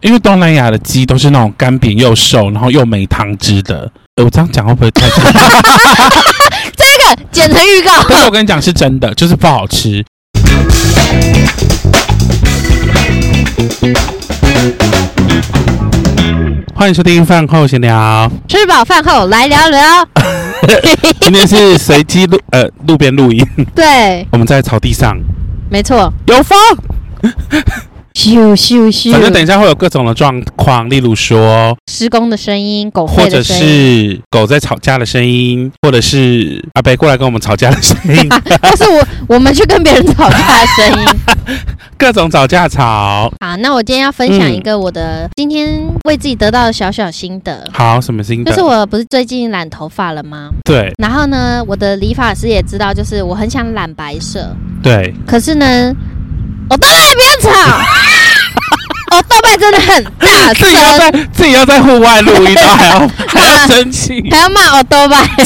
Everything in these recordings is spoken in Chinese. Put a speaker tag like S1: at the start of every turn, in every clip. S1: 因为东南亚的鸡都是那种干扁又瘦，然后又没汤汁的。呃我这样讲会不会太？
S2: 这个剪成预告。
S1: 但是我跟你讲是真的，就是不好吃。欢迎收听饭后闲聊，
S2: 吃饱饭后来聊聊，
S1: 今天是随机录呃路边录 音，
S2: 对，
S1: 我们在草地上
S2: 没错。
S1: 有风，
S2: 咻咻咻，
S1: 反正等一下会有各种的状况，例如说，
S2: 施工的声音，狗
S1: 或
S2: 吠
S1: 者
S2: 的声 音，
S1: 是狗在吵架的声音，或者是阿北过来跟我们吵架的声音，
S2: 或是我我们去跟别人吵架的声音。
S1: 各种吵架吵。
S2: 好，那我今天要分享
S1: 嗯
S2: 一个我的、今天为自己得到的小小心得，
S1: 好，什么心
S2: 就
S1: 得？
S2: 是我不是最近染头发了吗？
S1: 对
S2: 然后呢，我的理发师也知道，就是我很想染白色，
S1: 对，
S2: 可是呢，我豆瓣不 要吵，我豆瓣真的很大
S1: 自己要
S2: 声，
S1: 在自己要在户外录音，然 后还要还要生气，
S2: 还要骂我豆瓣。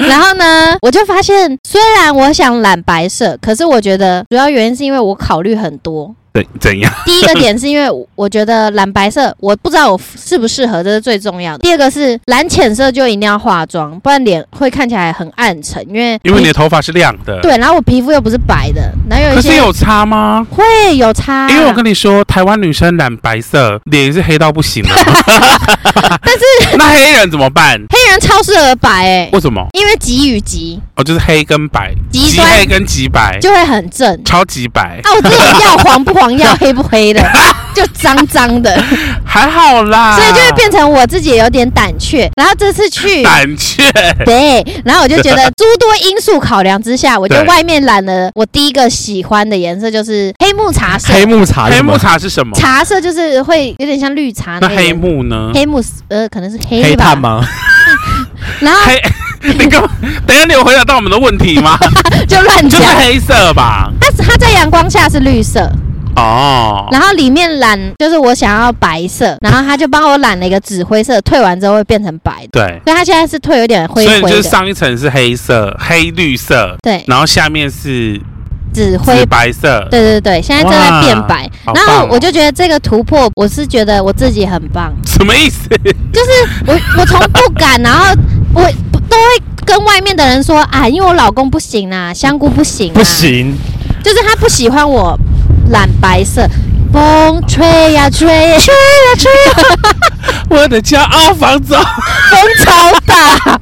S2: 然后呢，我就发现，虽然我想染白色，可是我觉得主要原因是因为我考虑很多。
S1: 怎怎样？
S2: 第一个点是因为我觉得蓝白色，我不知道我适不适合，这是最重要的。第二个是蓝浅色就一定要化妆，不然脸会看起来很暗沉，因为
S1: 因为你
S2: 皮
S1: 的头发是亮的，
S2: 对，然后我皮肤又不是白的，然后有
S1: 可
S2: 一
S1: 是
S2: 些
S1: 有差吗？
S2: 会有差啊、
S1: 因为我跟你说，台湾女生染白色，脸是黑到不 行了。啊
S2: 但是
S1: 那黑人怎么办？
S2: 黑人超适合白哎、
S1: 为什么？
S2: 因为极与极
S1: 哦，就是黑跟白，
S2: 极
S1: 极
S2: 端
S1: 黑跟极白，
S2: 就会很正。
S1: 超级白，
S2: 啊，我这种要黄不黄， 要黑不黑的，就脏脏的，
S1: 还好啦。
S2: 所以就会变成我自己有点胆怯。然后这次去，
S1: 胆怯。
S2: 对，然后我就觉得诸多因素考量之下，我就
S3: 对
S2: 外面染了我第一个喜欢的颜色，就是黑木茶色。
S3: 黑木茶是
S1: 黑
S3: 什么
S1: 木茶是什么？
S2: 茶色就是会有点像绿茶
S1: 那
S2: 个
S1: 黑
S2: 颜色
S1: 木呢？
S2: 黑木是呃可能是黑
S3: 黑
S2: 吧
S3: 炭， 吗？
S2: 然后
S1: 黑，你干嘛？等一下你有回答到我们的问题 吗？
S2: 就乱
S1: 就是
S2: 讲。
S1: 黑色吧。
S2: 但是它在阳光下是绿色，
S1: 哦，
S2: 然后里面染就是我想要白色，然后他就帮我染了一个紫灰色，退完之后会变成白的，
S1: 对，
S2: 所以它现在是退有点灰
S1: 所以就
S2: 灰
S1: 是
S2: 的，
S1: 上一层是黑色、黑绿色，
S2: 对，
S1: 然后下面是
S2: 紫
S1: 紫
S2: 灰。
S1: 白色。
S2: 对对对，现在正在变白，
S1: 哇好
S2: 然
S1: 棒
S2: 后
S1: 哦
S2: 我就觉得这个突破，我是觉得我自己很棒，
S1: 什么意思？
S2: 就是我我从不敢，然后我不都会跟外面的人说啊，因为我老公不行啊，香菇不行、啊，
S3: 不，行，
S2: 就是他不喜欢我染白色。风吹呀、吹，吹呀、吹呀、
S1: 我的骄傲房 子。啊
S2: 风超大，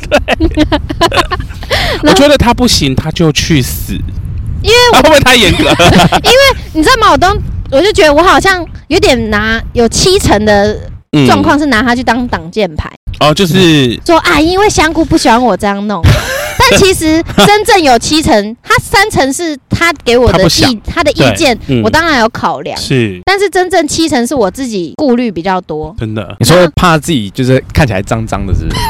S1: 我觉得他不行，他就去死。
S2: 因为
S1: 啊会不会太严格？
S2: 因为你知道吗？我都我就觉得我好像有点拿有七成的
S1: 嗯
S2: 状况是拿它去当挡箭牌，
S1: 哦，就是
S2: 说啊，因为香菇不喜欢我这 样弄。但其实真正有七成，他三成是他给我
S1: 他
S2: 的
S1: 不想
S2: 意，他的意
S1: 对
S2: 见，
S1: 嗯
S2: 我当然有考量。
S1: 是，
S2: 但是真正七成是我自己顾虑比较多
S1: 真的。
S3: 你说怕自己就是看起来脏脏的，是不是？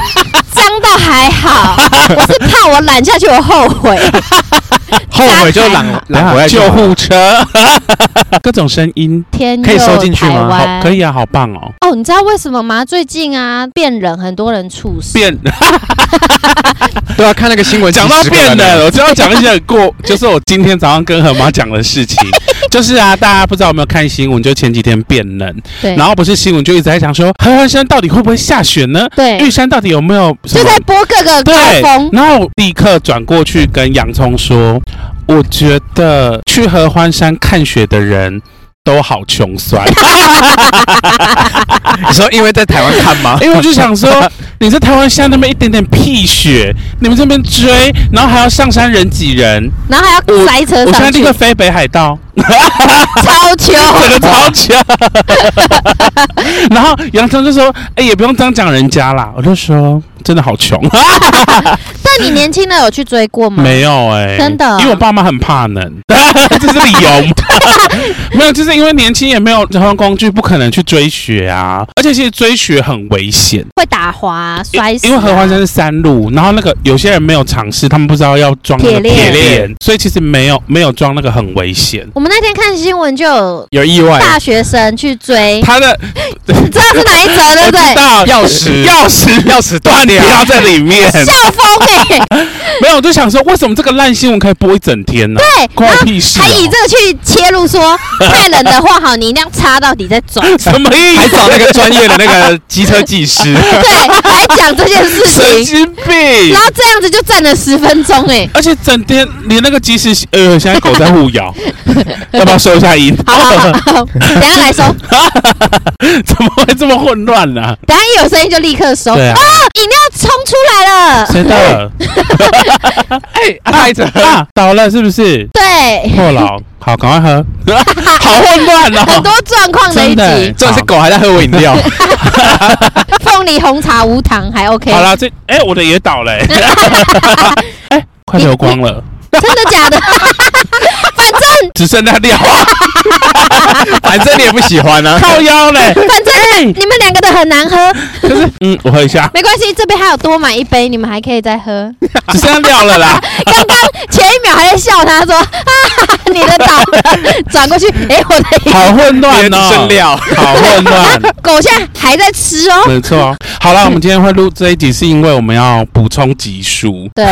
S2: 脏倒 还好，我是怕我懒下去我后悔。
S3: 后悔就
S2: 还好
S3: 懒懒回来就
S1: 救
S3: 好
S1: 护 车，各种声音
S2: 天
S3: 可以收
S2: 佑
S3: 进去
S2: 台
S3: 吗好
S2: 湾
S1: 好，可以啊，好棒哦！
S2: 哦，你知道为什么吗？最近啊，变人，很多人猝死。
S1: 变
S3: 对啊，看那个新闻，
S1: 讲到
S3: 几十个
S1: 变
S3: 人
S1: 人，，我就要讲一些很过，就是我今天早上跟何妈讲的事 情。就是啊，大家不知道有没有看新闻？就前几天变冷，
S2: 对
S1: 然后不是新闻就一直在讲说，合欢山到底会不会下雪呢？玉
S2: 对，
S1: 山到底有没有什
S2: 就
S1: 么
S2: 在播各个高
S1: 对
S2: 峰，。
S1: 然后我立刻转过去跟洋葱说，我觉得去合欢山看雪的人都好穷酸，
S3: 你说 因为在台湾看吗？
S1: 因为我就想说，你在台湾下那么一点点屁雪，你们这边追，然后还要上山人挤 人，
S2: 然后还要塞车
S1: 我现在
S2: 上
S1: 立
S2: 去，
S1: 刻飞北海道，
S2: 超糗。
S1: 整个超强。然后洋葱就说，哎、也不用这样讲人家啦，我就说真的好穷，啊
S2: 但你年轻的有去追过吗？
S1: 没有哎、
S2: 真的
S1: 因为我爸妈很怕冷， 这是理由吗？ 没有，就是因为年轻也没有交通工具，不可能去追雪啊。而且其实追雪很危险，
S2: 会打滑啊、
S1: 因
S2: 摔死啊、
S1: 因为合欢山是山路，然后那个有些人没有尝试，他们不知道要装那个
S2: 铁链
S1: 所以其实没有没有装那个很危险。
S2: 我们那天看新闻就有
S3: 有意
S1: 哎
S3: 外，
S2: 大学生去追，
S1: 他的
S2: 你知道是哪一则对
S1: 我
S2: 不
S1: 知
S2: 对？
S1: 道
S3: 钥匙
S1: 钥匙
S3: 钥匙
S1: 断
S3: 断掉，
S1: 掉在里面，
S2: 校风哎、
S1: 没有，我就想说，为什么这个烂新闻可以播一整天呢、
S2: 对，
S1: 关我屁事、啊！
S2: 还以这个去切入说，太冷的话好，你一定要插到底再转。
S1: 什么意
S3: 还
S1: 思？
S3: 找那个专业的那个机车技师，
S2: 对，还讲这件事
S3: 神
S2: 情，
S3: 经病
S2: 然！后这样子就站了十分钟、哎，
S1: 而且整天连那个即时，呃，现在狗在互咬，要不要收一下音？
S2: 好好好好，等一下来收，
S1: 怎么会这么混乱啊呢、
S2: 等一下一有声音就立刻收。
S1: 对啊
S2: 啊，饮料冲出来了，
S1: 谁的？
S3: 哎，爱 着，
S1: 啊，倒了是不是？
S2: 对，
S1: 破了，好，赶快喝，好混乱
S2: 很
S1: 哦。
S2: 多状况的一
S1: 真的
S2: 集
S1: 欸，
S3: 这是狗还在喝我饮料，
S2: 凤梨红茶无糖还 OK，
S1: 好啦，这哎、我的也倒了、欸，哎、快流光了，
S2: 真的假 的？反正
S1: 只剩那料啊，
S3: 反正你也不喜欢 啊。
S1: 靠腰嘞。
S2: 反
S1: 哎
S2: 正你们两个的很难喝，
S1: 可是，嗯，我喝一 下，
S2: 没关系，这边还有多买一杯，你们还可以 再喝。
S1: 只剩那料了啦。
S2: 刚刚前一秒还在笑他说 啊，你 的倒了，转过去，哎、我的 饮
S1: 好混
S3: 你
S1: 乱
S3: 的
S1: 哦，
S3: 剩料，
S1: 好嗯混乱。
S2: 狗现在还在吃哦。
S1: 没错，好了，我们今天会录这一集，是因为我们要补充集数。
S2: 对，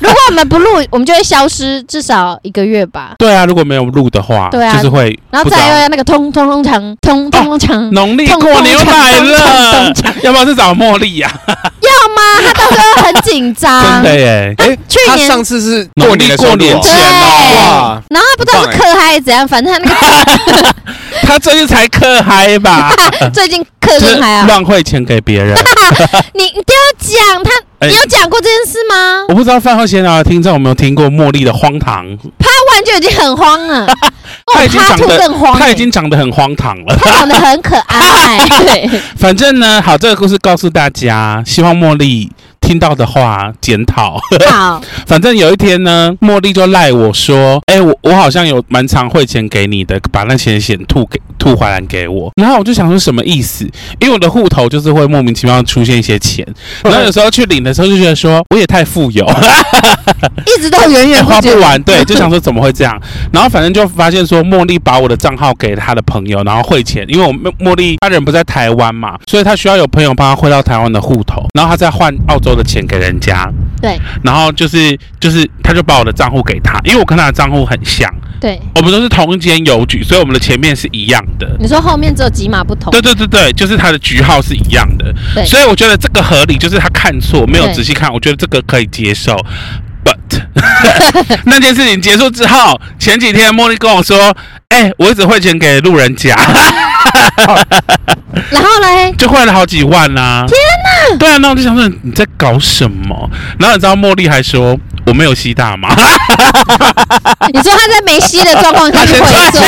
S2: 如果我们不录，我们就会消失至少一个月吧。
S1: 对啊，如果没有录的话，
S2: 对啊
S1: 就是会
S2: 然后
S1: 不知道哦
S2: 再又那个通通通常通通通常，
S1: 农历过年又来了，要不要去找茉莉呀？
S2: 要吗？他到时候很紧张
S1: 真的。耶，
S3: 哎，
S2: 去
S3: 他
S2: 年
S3: 上次是
S1: 农
S3: 过
S1: 历
S3: 年的
S1: 过
S3: 过
S1: 年
S3: 年
S1: 前
S3: 前
S2: 哦
S3: 哦，
S2: 哇
S3: 哇，
S2: 然后他不知道是
S1: 欸
S2: 嗑嗨还是怎样，反正他那个
S1: 他最近才嗑嗨吧？
S2: 最近嗑
S1: 就是
S2: 跟还啊，
S1: 乱汇钱给别人。
S2: 你你都要讲他，
S1: 哎
S2: 你有讲过这件事吗？
S1: 我不知道饭后闲聊的听众有没有听过茉莉的荒唐，
S2: 他完就已经很 慌了，哦，
S1: 他已经
S2: 他
S1: 长
S2: 吐
S1: 得
S2: 更慌欸，
S1: 她已经长得很荒唐了。
S2: 他长得很可爱，欸 对，
S1: 反正呢，好，这个故事告诉大家，希望茉莉听到的话检讨。
S2: 好，
S1: 反正有一天呢，茉莉就赖我说：“哎、我我好像有蛮常汇钱给你的，把那钱险吐给吐回来给我。”然后我就想说什么意思？因为我的户头就是会莫名其妙出现一些钱，然后有时候去领的时候就觉得说我也太富有，
S2: 一直都源源
S1: 花
S2: 不绝，
S1: 不完， 对，就想说怎么会这样？然后反正就发现说，茉莉把我的账号给她的朋友，然后汇钱，因为我们茉莉她人不在台湾嘛，所以她需要有朋友帮她汇到台湾的户头，然后她再换澳洲的钱给人家，
S2: 对
S1: 然后就是就是她就把我的账户给她，因为我跟她的账户很像，
S2: 对，
S1: 我们都是同一间邮局，所以我们的前面是一样的。
S2: 你说后面只有几码不同，
S1: 对对对对，就是她的局号是一样的，
S2: 哦对
S1: 所以我觉得这个合理，就是他看错，没有
S2: 对
S1: 仔细看，我觉得这个可以接受。But 那件事情结束之后，前几天茉莉跟我说：“哎、我一直汇钱给路人甲，
S2: 然后嘞，
S1: 就汇了好几万啦、天哪！对啊，那我就想说你在搞什么？然后你知道茉莉还说我没有吸大 麻，
S2: 你说他在没吸的状况下去会做，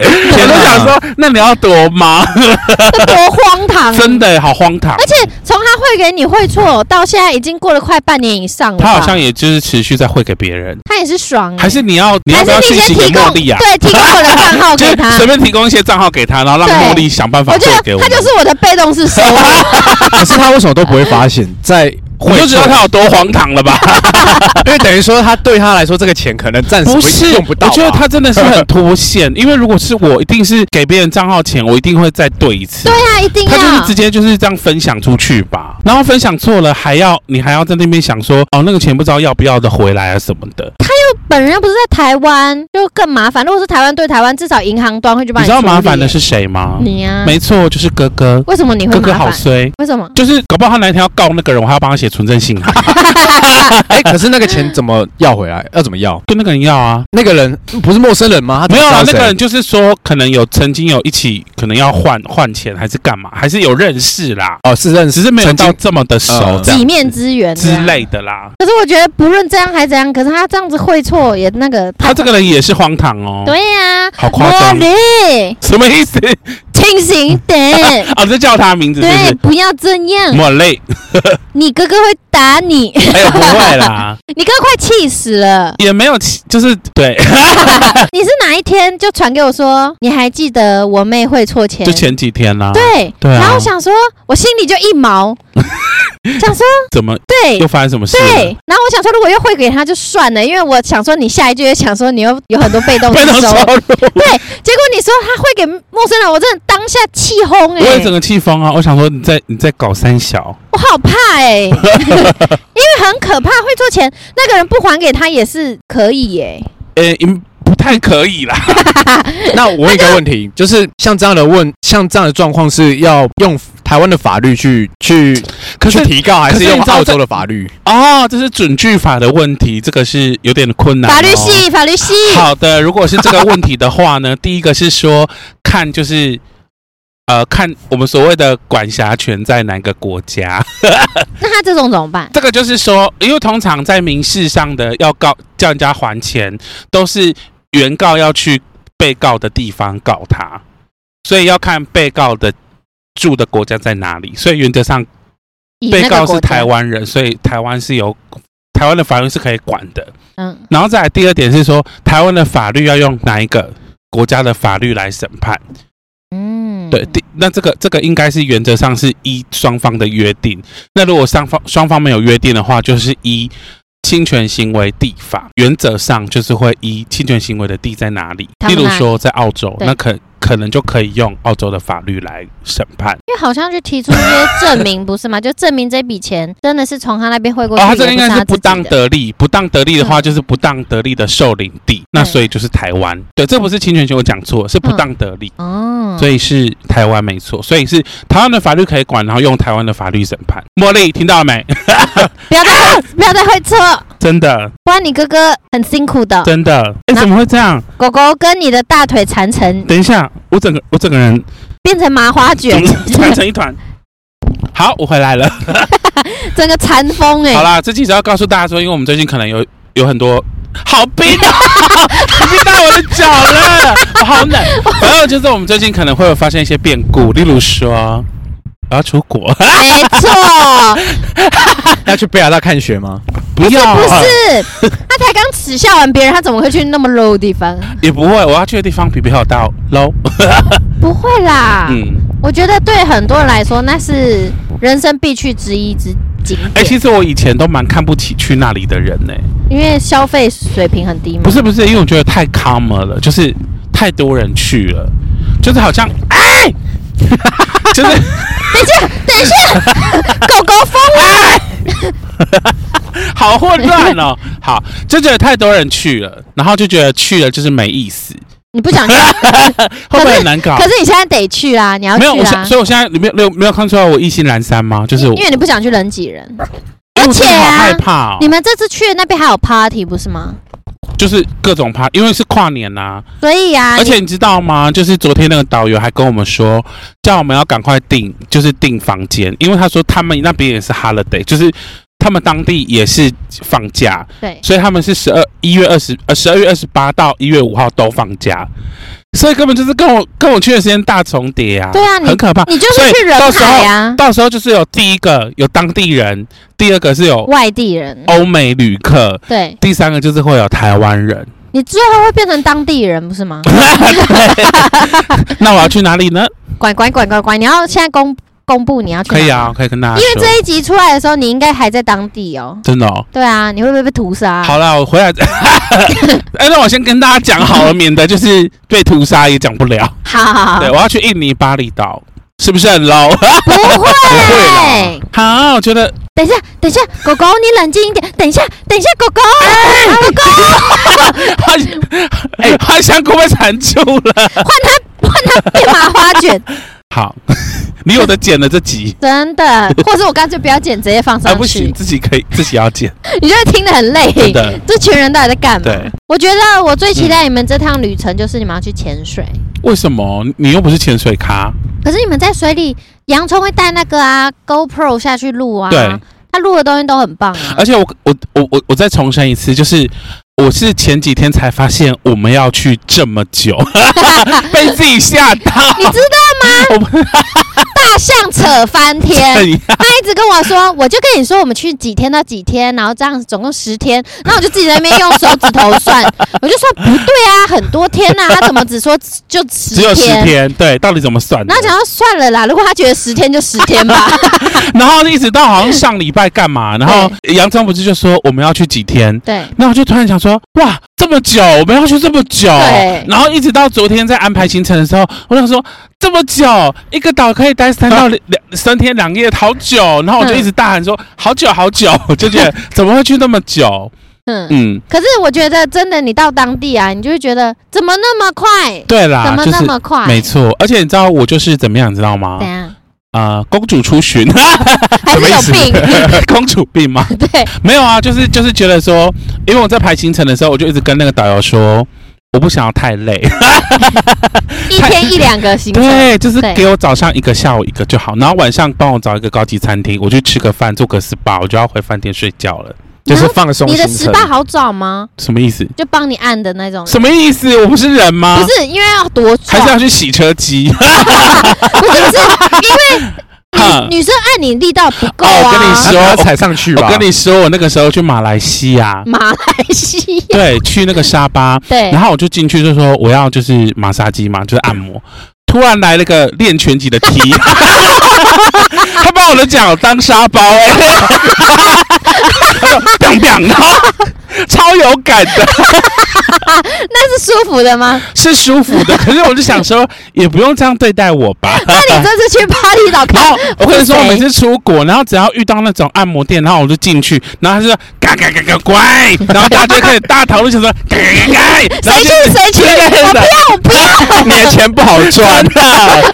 S1: 我都想说那你要多吗？
S2: 这多荒唐，啊
S1: 真。的好荒唐。
S2: 嗯而且从他汇给你汇错到现在已经过了快半年以上了吧，
S1: 他好像也就是持续在汇给别人，
S2: 他也是爽欸，
S1: 还是你要你要
S2: 还
S1: 不
S2: 是
S1: 要
S2: 你
S1: 讯
S2: 先
S1: 息给
S2: 提
S1: 茉
S2: 供
S1: 莉啊？
S2: 对提供我的账号
S1: 就
S2: 给他，
S1: 随便提供一些账号给他，然后让
S2: 对
S1: 茉莉想办法
S2: 我
S1: 做
S2: 觉
S1: 给
S2: 得
S1: 我
S2: 他
S1: 们。
S2: 就是我的被动式 收入，
S3: 可是他为什么都不会发 现，在
S1: 我就知道他有多荒唐 了吧？
S3: 因为等于说他对他来说，这个钱可能暂时
S1: 不是，
S3: 用不到啊
S1: 我觉
S3: 吧。
S1: 得他真的是很脱线， 因为如果是我，一定是给别人账号前，我一定会再对一次。
S2: 对啊，一定
S1: 他就是
S2: 要
S1: 直。接就是这样分享出去吧，然后分享错了还要你还要在那边想说哦那个钱不知道要不要的回来啊什么的，
S2: 本人又不是在台湾，就更麻烦。如果是台湾对台湾，至少银行端会去帮
S1: 你知
S2: 处理
S1: 道麻烦的是谁吗？
S2: 你啊，
S1: 没错，就是哥哥，
S2: 为什么你会
S1: 哥哥
S2: 麻
S1: 好
S2: 烦？
S1: 衰，
S2: 为什么？
S1: 就是搞不好他哪一天要告那个人，我还要帮他写存证信 函，
S3: 哎，可是那个钱怎么要回来？要怎么要？
S1: 跟那个人要啊，
S3: 那个人不是陌生人吗？他怎
S1: 没
S3: 么
S1: 有啦，那
S3: 知
S1: 个
S3: 道谁
S1: 人就是说，可能有曾经有一起，可能要换换钱还是干嘛，还是有认识啦，
S3: 哦，是认识，
S1: 只是没有
S3: 曾经
S1: 到这么的熟
S3: 呃
S1: 这样
S2: 几面之缘
S1: 之
S2: 对啊
S1: 类的啦。
S2: 可是我觉得不论这样还怎样，可是他这样子会错也那个太
S1: 他这个人也是荒唐哦，
S2: 对啊呀、
S1: 好哦夸
S2: 茉
S1: 张，
S2: 莉，
S1: 什么意思？
S2: 清醒一 点，
S1: 啊，这叫他名字是不
S2: 对，
S1: 是？
S2: 不要这样，
S1: 莫 累，
S2: 你哥哥会打你，
S1: 哎呦，不会啦，
S2: 你哥快气死了。
S1: 也没有其，就是对，
S2: 你是哪一天就传给我说，你还记得我妹会错钱？
S1: 就前几天啦。
S2: 对，
S1: 对啊
S2: 然后我想说，我心里就一毛，想说
S1: 怎么
S2: 对
S1: 又发生什么事了？
S2: 对，然后我想说，如果又汇给他就算了，因为我想说你下一句也想说你又有很多被 动
S1: 被
S2: 收
S1: 动
S2: 入，
S1: 收入，
S2: 对，结果你说他汇给陌生人，我真的当下气轰哎、
S1: 我也整个气疯啊！我想说你在你在搞三小，
S2: 我好怕哎、 因为很可怕，会做钱那个人不还给他也是可以欸耶、
S1: 呃、嗯不太可以啦。
S3: 那我问一个问题，就是像这样的问，像这样的状况是要用台湾的法律去去
S1: 可是
S3: 去提告，还
S1: 可
S3: 是
S1: 是你
S3: 用
S1: 知道
S3: 澳
S1: 这
S3: 洲的法律？
S1: 哦，这是准句法的问题，这个是有点困难、哦。
S2: 法律。系，法律系，
S1: 好的，如果是这个问题的话呢，第一个是说看就是。呃，看我们所谓的管辖权在哪个国家？
S2: 那他这种怎么办？
S1: 这个就是说，因为通常在民事上的要告叫人家还钱，都是原告要去被告的地方告他，所以要看被告的住的国家在哪里。所以原则上，
S2: 以
S1: 被
S2: 那
S1: 告
S2: 个
S1: 是
S2: 国家
S1: 台，湾人，所以台湾是有台湾的法律是可以管的。
S2: 嗯，
S1: 然后再来第二点是说，台湾的法律要用哪一个国家的法律来审判？
S2: 嗯，
S1: 对，第那这个这个应该是原则上是依双方的约定。那如果双方双方没有约定的话，就是依侵权行为地法，原则上就是会依侵权行为的地在哪里。
S2: 他
S1: 例
S2: 们
S1: 如
S2: 哪里
S1: 说在澳洲，
S2: 对
S1: 那可可能就可以用澳洲的法律来审判。
S2: 因为好像就提出一些证明，不是吗？ 就证明这笔钱真的是从他那边汇过
S1: 哦，
S2: 去，
S1: 他这
S2: 也
S1: 个应该
S2: 是他
S1: 是
S2: 自己
S1: 不当
S2: 的。
S1: 得利，不当得利的话
S2: 嗯
S1: 就是不当得利的受领地，那所以就是台湾。对，这不是侵权行为，我讲错，是不
S2: 嗯
S1: 当得利。
S2: 哦，
S1: 所以是台湾没错，所以是台湾的法律可以管，然后用台湾的法律审判。茉莉听到了没？
S2: 不要再
S1: 啊
S2: 会， 不要再会错，
S1: 真的，
S2: 不然你哥哥很辛苦的。
S1: 真的，哎、
S2: 那
S1: 怎么会这样？
S2: 狗狗跟你的大腿缠成
S1: 等一下，我整个我整个人
S2: 变成麻花 卷，
S1: 缠成一 团。好，我回来了。
S2: 整个缠风哎、
S1: 好啦，这期只要告诉大家说，因为我们最近可能有有很多好冰 啊，你冰到我的脚了，我好冷。然后就是我们最近可能会有发生一些变故，例如说我要出国，
S2: 没 错，
S3: 要去北海道看雪吗？
S1: 不要、
S2: 不
S1: 啊，
S2: 是，他才刚耻笑完别人，他怎么会去那么 low 的地方？
S1: 也不会，我要去的地方比北海道 low。
S2: 不会啦，
S1: 嗯。
S2: 我觉得对很多人来说，那是人生必去之一之景点，
S1: 哎、其实我以前都蛮看不起去那里的人呢、
S2: 因为消费水平很低嘛。
S1: 不是不是，因为我觉得太 common 了，就是太多人去了，就是好像哎， 就是
S2: 等一下，等一下，狗狗疯了。
S1: 哎好混乱哦。好，就觉得太多人去了，然后就觉得去了就是没意思，
S2: 你不想去，啊
S1: 哎会不会很难搞
S2: 可？是你现在得去啦，你要
S1: 没
S2: 去
S1: 有，我
S2: 啦
S1: 现，所以我现在你没有没有没有看出来我意兴阑珊吗？就是我，
S2: 因为你不想去人挤人。
S1: 因为我真的
S2: 而且啊
S1: 好害怕、
S2: 你
S1: 哦，
S2: 们这次去的那边还有 party 不是吗？
S1: 就是各种怕，因为是跨年呐、
S2: 所以啊，
S1: 而且
S2: 你
S1: 你知道吗？就是昨天那个导游还跟我们说，叫我们要赶快订，就是订房间，因为他说他们那边也是 holiday，就是他们当地也是放假，
S2: 对，
S1: 所以他们是十二一月二十呃十二月二十八到一月五号都放假，所以根本就是跟我跟我去的时间大重叠啊，
S2: 对啊你
S1: 很可怕。
S2: 你就
S1: 所
S2: 是
S1: 以
S2: 去人
S1: 到时候
S2: 海啊，
S1: 到时候就是有第一个有当地人，第二个是有
S2: 外地人。
S1: 欧美旅客，
S2: 对
S1: 第三个就是会有台湾人。
S2: 你最后会变成当地人，不是吗？
S1: 那我要去哪里呢？
S2: 管管管管管！你要现在公公布你要去，
S1: 可以，啊，可以跟大家
S2: 因
S1: 说。
S2: 为这一集出来的时候，你应该还在当地哦。
S1: 真的哦。
S2: 对啊，你会不会被屠杀？
S1: 好了，我回来再。 哎、那我先跟大家讲好了，免得就是被屠杀也讲不了。
S2: 好，好好，
S1: 对，我要去印尼巴厘岛，是不是很 low？
S2: 不会，
S3: 会
S1: 好，我觉得
S2: 等一下，等一下，狗狗，你冷静一点。等一下，等一下，狗狗，
S1: 哎
S2: 狗狗，
S1: 他 哎，他香菇被缠住了。
S2: 换它变麻花 卷，
S1: 好，你有的剪了这集，
S2: 真的。或者我干脆不要剪，直接放
S1: 啊
S2: 上
S1: 不
S2: 去嗯
S1: 行，，自己可以自己要剪。
S2: 你就会听得很累。
S1: 真的，
S2: 这群人到底在干嘛
S1: 对？
S2: 我觉得我最期待你们这趟旅程就是你们要去潜水。
S1: 为什么你又不是潜水咖？
S2: 可是你们在水里，洋葱会带那个啊 GoPro 下去录啊，
S1: 对，
S2: 他录的东西都很棒 啊。
S1: 而且我我我我我再重申一次，就是我是前几天才发现我们要 去这么久，被自己吓到。
S2: 你知道吗？
S1: 我
S2: 到大象扯翻 天，
S1: 看一下，
S2: 他一直跟我说，我就跟你说我们去几天到几天，然后这样总共十天，然后我就自己在那边用手指头算，我就说不对啊，很多天呐、他怎么只说就十
S1: 只有十天，对，到底怎么算的
S2: 然？后想要算了啦，如果他觉得十天就十 天吧，
S1: 然后一直到好像上礼拜干嘛？然后杨章不是就说我们要去几天？
S2: 对
S1: 那我就突然想说，哇，这么久，我们要去这么久
S2: 对，
S1: 然后一直到昨天在安排行程的时候，我想说这么久，一个岛可以待三到 两两三天两夜，好久。然后我就一直大喊说，好久好 久，我就觉得怎么会去那么久？
S2: 嗯。
S1: 嗯，
S2: 可是我觉得真的，你到当地啊，你就会觉得怎么那么快，
S1: 对
S2: 怎
S1: 啦，
S2: 么
S1: 就
S2: 那
S1: 是
S2: 么快？
S1: 没，错。而且你知道我就是怎么样，你知道吗
S2: 怎？样？
S1: 啊，公主出巡，
S2: 还
S1: 什么
S2: 是
S1: 意
S2: 有
S1: 思
S2: 病？
S1: 公主病吗？
S2: 对，
S1: 没有啊，就是就是觉得说，因为我在排行程的时候，我就一直跟那个导游说，我不想要太累，
S2: 一天一两个行程，
S1: 对，就是
S2: 对
S1: 给我早上一个，下午一个就好，然后晚上帮我找一个高级餐厅，我去吃个饭，做个 SPA，我就要回饭店睡觉了。
S3: 就是放松
S2: 你的
S3: 行
S2: 十
S3: 程。
S2: 八好找吗？
S1: 什么意思？
S2: 就帮你按的那种，
S1: 什么意思？我不是人吗？
S2: 哦不是啊因为要多
S1: 还
S2: 壮
S1: 是，要去洗车机？
S2: 不是不是因为
S1: 哈
S2: 女女生按你力道不够
S1: 哦我跟你
S2: 啊，
S1: 说。
S3: 然后踩上去吧。
S1: 我跟你说，我那个时候去马来西亚
S2: 马来西亚
S1: 对，去那个沙巴，
S2: 对
S1: 然，后我就进去就说我要就是马杀鸡嘛，就是按摩。突然来了个练拳击的 踢，他把我的脚当沙包哎、欸，砰砰，然后超有感的，
S2: 那是舒服的吗？
S1: 是舒服的。可是我就想说，也不用这样对啊待我吧。
S2: 那你这次去巴厘岛
S1: 然
S2: 看
S1: 后我跟你说，
S2: 是
S1: 我
S2: 谁
S1: 每次出国，然后只要遇到那种按摩店，然后我就进去，然后他就说嘎嘎嘎嘎乖，然后大家就开始大讨论，想说嘎嘎嘎嘎，然后
S2: 谁去谁去？我不要，我不要，
S1: 你的钱不好 赚的，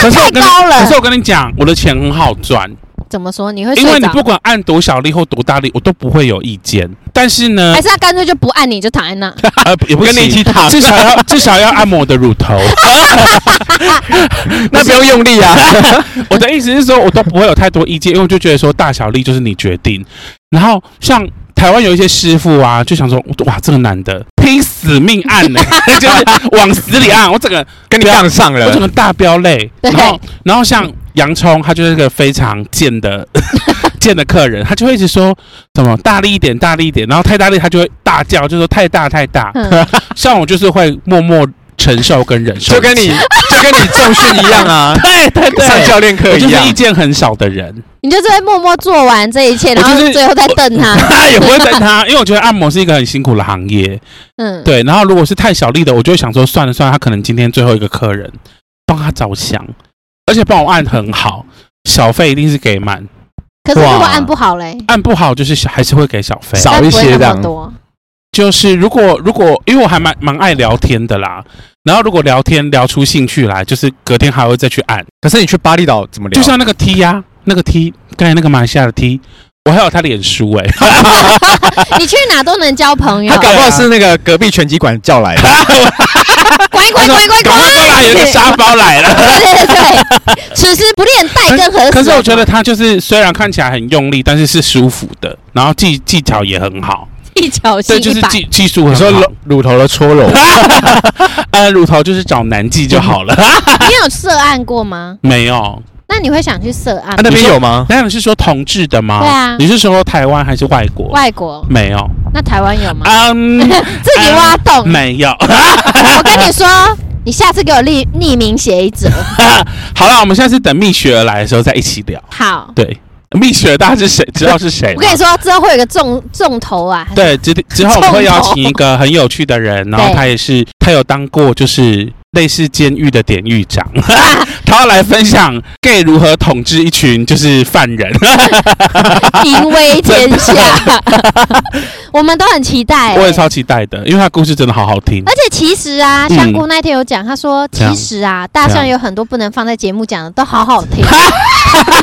S1: 可是我跟你
S2: 太高了
S1: 可是我跟你讲，我的钱很好赚，
S2: 怎么说？你会
S1: 因
S2: 睡
S1: 为你
S2: 着
S1: 不？管按多小力或多大力，我都不会有意见。但是呢
S2: 还，是他干脆就不按你，就躺在 那？
S1: 呃，也不
S3: 跟你一起
S1: 行
S3: 躺，
S1: 至少 要至少要按摩我的乳头。
S3: 那不用用 力啊。
S1: 我的意思是说，我都不会有太多意见，因为我就觉得说大小力就是你决定。然后像台湾有一些师傅啊，就想说哇，这个男的拼死命按呢、 就是往死里按，我整个
S3: 跟你杠上
S1: 我整
S3: 了，
S1: 个大飙泪。
S2: 对
S1: 然后，然后像洋葱，他就是一个非常贱的 贱的客人，他就会一直说什么大力一点，大力一点，然后太大力他就会大叫，就说太大太大。
S2: 嗯
S1: 像我就是会默默承受跟忍受，，
S3: 就 跟你就跟你重训一样 啊
S1: 对对对，
S3: 上教练课
S1: 我
S3: 一
S1: 就是
S3: 样
S1: 意。见很少的人，
S2: 你就只会默默做完这一切，
S1: 我
S2: 然
S1: 就是
S2: 后最后再瞪他。
S1: 也不会跟 他，因为我觉得按摩是一个很辛苦的行业。
S2: 嗯，
S1: 对，然后如果是太小力的，我就会想说算了算了，他可能今天最后一个客人，帮他着想，而且帮我按很好，小费一定是给满。
S2: 可是如果
S3: 哇
S2: 按不好嘞，
S1: 按不好就是小还是会给小费，
S3: 少
S2: 那
S3: 一
S2: 不会
S3: 些
S2: 那
S3: 这
S2: 么
S3: 样
S2: 多。
S1: 就是如果如果因为我还蛮蛮爱聊天的啦，然后如果聊天聊出兴趣来，就是隔天还会再去按，
S3: 可是你去巴厘岛怎么聊？
S1: 就像那个 T 呀、那个 T 刚才那个马来西亚的 T，我还有他脸书哎、
S2: 你去哪都能交朋友
S3: 他，搞不好
S1: 对啊
S3: 是那个隔壁拳击馆叫来的，
S2: 乖乖乖乖
S1: 赶快过来，有个
S2: 乖！
S1: 沙包来 了。
S2: 对对 对，此时不练带更何时？
S1: 可是我觉得他就是虽然看起来很用力，但是是舒服的，然后技技巧也很好，
S2: 一脚
S1: 对，
S2: 性
S1: 就
S2: 一
S1: 是
S2: 百，
S1: 技技术
S3: 你说
S1: 很好
S3: 乳。乳头的搓揉，
S1: 呃，乳头就是找男技就好了，
S2: 你有涉案过吗？
S1: 没有。
S2: 那你会想去涉案
S3: 他？那边有吗？
S1: 那你是说同志的吗？
S2: 啊对啊
S1: 你是说台湾还是外国？
S2: 外国？
S1: 没有，
S2: 那台湾有吗？
S1: 嗯，
S2: 自己挖洞。
S1: 没有。 啊
S2: 我跟你说，你下次给我匿匿名写一则。
S1: 好了，我们下次等蜜雪儿来的时候再一起聊。
S2: 好，
S1: 对，蜜雪儿大家是谁？知道是谁？
S2: 我跟你，说，之后会有个重重头啊。
S1: 对，之之后我们会邀请一个很有趣的人，然后他也是他有当过就是类似监狱的典狱长， 他要来分享 gay 如何统治一群就是犯人。
S2: 淫威天 下， 我们都很期待、
S1: 我也
S2: 欸
S1: 超期待的，因为他故事真的好好听
S2: 而。且其实啊，
S1: 嗯
S2: 香菇那天有讲，他说
S1: 怎样
S2: 其实啊，大
S1: 怎
S2: 象
S1: 样
S2: 有很多不能放在节目讲的，都好好听。
S1: 啊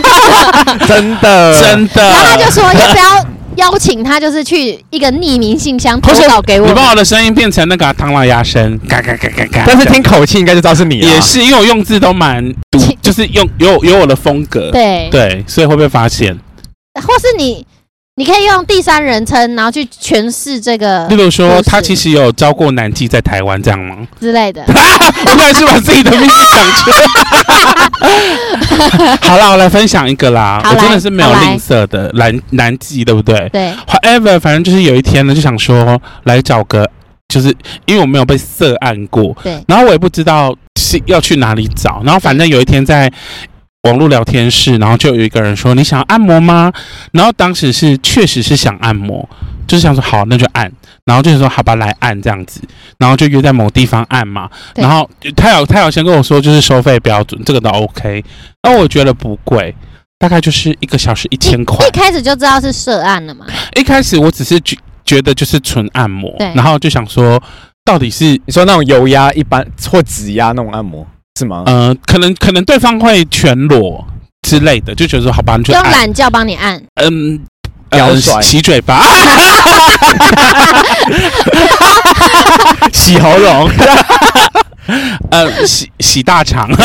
S3: 真的，
S1: 真的，
S2: 哎然后他就说要不要邀请他，就是去一个匿名信箱投
S1: 不是
S2: 稿给哎我
S1: 你
S2: 们。
S1: 把我的声音变成那个啊螳螂牙 声，嘎嘎嘎嘎嘎。
S3: 但是听口气应该就知道是你啊了。
S1: 也是，因为我用字都蛮独
S2: 其，
S1: 就是用有有我的风格，
S2: 对，嗯
S1: 对，所以会被发现。
S2: 或是你你可以用第三人称，然后去诠释这个
S1: 例如说，
S2: 不是
S1: 他其实有招过男妓在台湾， 这样吗？
S2: 之类的。
S1: 我原来是把自己的秘密讲出来。 好啦，我来分享一个啦，
S2: 好
S1: 我真
S2: 来
S1: 的是没有
S2: 好来
S1: 吝啬的，南南极对不对
S2: 对，
S1: ？However，反正就是有一天呢，就想说来找个，就是因为我没有被涉案过，
S2: 对，
S1: 然后我也不知道是要去哪里找，然后反正有一天在。网络聊天室，然后就有一个人说：“你想按摩吗？”然后当时是确实是想按摩，就是想说好那就按，然后就是说好吧来按这样子，然后就约在某地方按嘛。
S2: 对
S1: 然后他有他有先跟我说就是收费标准这个都 OK，那我觉得不贵，大概就是一个小时一千块
S2: 一。开始就知道是涉案了嘛，
S1: 一开始我只是觉觉得就是纯按摩
S2: 对，
S1: 然后就想说到底是
S3: 你说那种油压一般或指压那种按摩是吗？
S1: 呃，可能可能对方会全裸之类的，就觉得说好吧，你就
S2: 用
S1: 按
S2: 懒觉帮你按，
S1: 嗯。
S3: 摇
S1: 呃，
S3: 甩
S1: 洗嘴巴，
S3: 洗喉咙，
S1: 呃，洗洗大肠，
S2: 嗯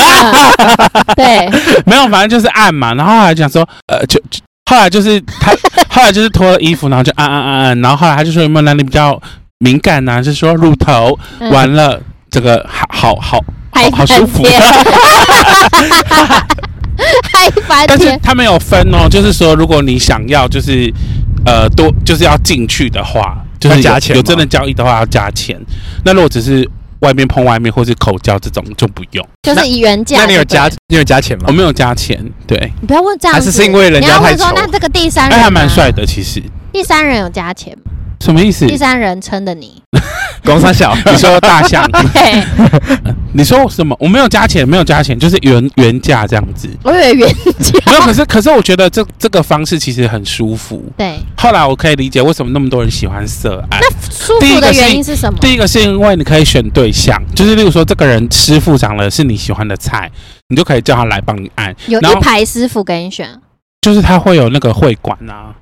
S2: 对，
S1: 没有，反正就是按嘛。然后后来讲说，呃，就就后来就是他， 后来就是脱了衣服，然后就按啊按按按。然后后来他就说有没有哪里比较敏感呢、啊？就是说乳头，
S2: 嗯
S1: 完了这个好好好
S2: 嗨
S1: 好舒服。
S2: 嗨翻
S1: 但是
S2: 天，
S1: 他们有分哦，就是说，如果你想要就是呃多就是要进去的话，就是有
S3: 要加钱吗
S1: 有真的交易的话要加钱。那如果只是外面碰外面或是口交这种就不用，
S2: 就是以原价。
S3: 那你有加
S2: 对不对？
S3: 你有加钱吗
S1: 我？没有加钱。对，
S2: 你不要问这样
S3: 还
S2: 子，
S3: 是是因为人
S2: 你
S3: 家
S2: 要问
S3: 太
S2: 说
S3: 丑
S2: 那这个第三人
S1: 哎，
S2: 呢
S1: 还蛮帅。的，其 实
S2: 第三人有加钱吗？
S1: 什么意思？
S2: 第三人称的 你，
S3: 工商小，
S1: 你说大象，
S2: 对，
S1: 你说什么？我没有加钱，没有加钱，就是原原价这样子。
S2: 我以为原价。
S1: 没有，可是可是我觉得这这个方式其实很舒服。
S2: 对，
S1: 后来我可以理解为什么那么多人喜欢色爱。
S2: 那舒
S1: 第一
S2: 服
S1: 个
S2: 的
S1: 是
S2: 原因是什么？
S1: 第一个是因为你可以选对象，就是例如说这个人师傅长的是你喜欢的菜，你就可以叫他来帮你按，
S2: 有
S1: 然
S2: 一
S1: 后
S2: 排师傅给你选
S1: 就是他会有那个会馆啊，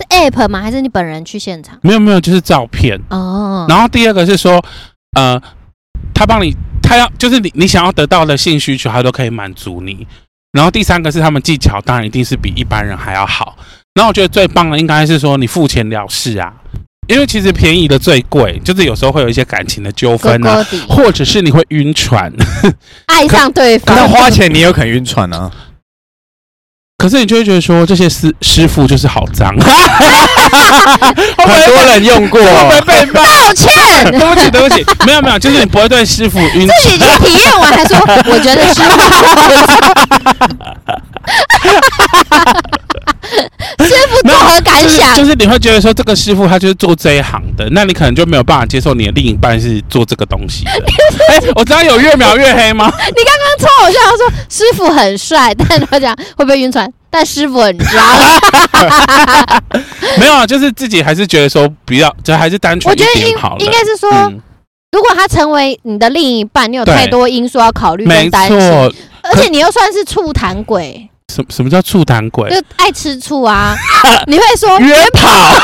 S2: 是，app 吗？还是你本人去现场？
S1: 没有没有就是照片。
S2: 哦，
S1: 然后第二个是说，呃，他帮你，他要就是你你想要得到的性需求，他都可以满足你。然后第三个是他们技巧，当然一定是比一般人还要好。然后我觉得最棒的应该是说你付钱了事啊，因为其实便宜的最贵，就是有时候会有一些感情的纠
S2: 哥
S1: 纷啊，
S2: 哥底
S1: 或者是你会晕船。
S2: 爱上对
S3: 那
S2: 方，
S3: 花钱你有可能晕船啊？
S1: 可是你就会觉得说，这些师师傅就是好脏，
S3: 很多人用过，
S1: 会被骂。
S2: 道歉。
S1: 对不起，对不起，没有没有，就是你不会对师傅晕
S2: 自己去体验完 还说，我觉得师傅， 师傅作何感
S1: 就是
S2: 想？
S1: 就是你会觉得说，这个师傅他就是做这一行的，那你可能就没有办法接受你的另一半是做这个东 西的。哎、我知道有越描越黑吗？
S2: 你刚刚超好笑，他说师傅很帅，但他讲会不会晕船？但师傅很 渣。
S1: 没有啊，就是自己还是觉得说比较，就还是单纯
S2: 我
S1: 一
S2: 觉得
S1: 点好了。
S2: 应应该是说，
S1: 嗯，
S2: 如果他成为你的另一半，你有太
S1: 对
S2: 多因素要考虑
S1: 没
S2: 跟担心，
S1: 错。
S2: 而且你又算是醋坛鬼，
S1: 什什么叫醋坛鬼
S3: 哎
S2: 就？爱吃醋啊。 你会说
S1: 约跑，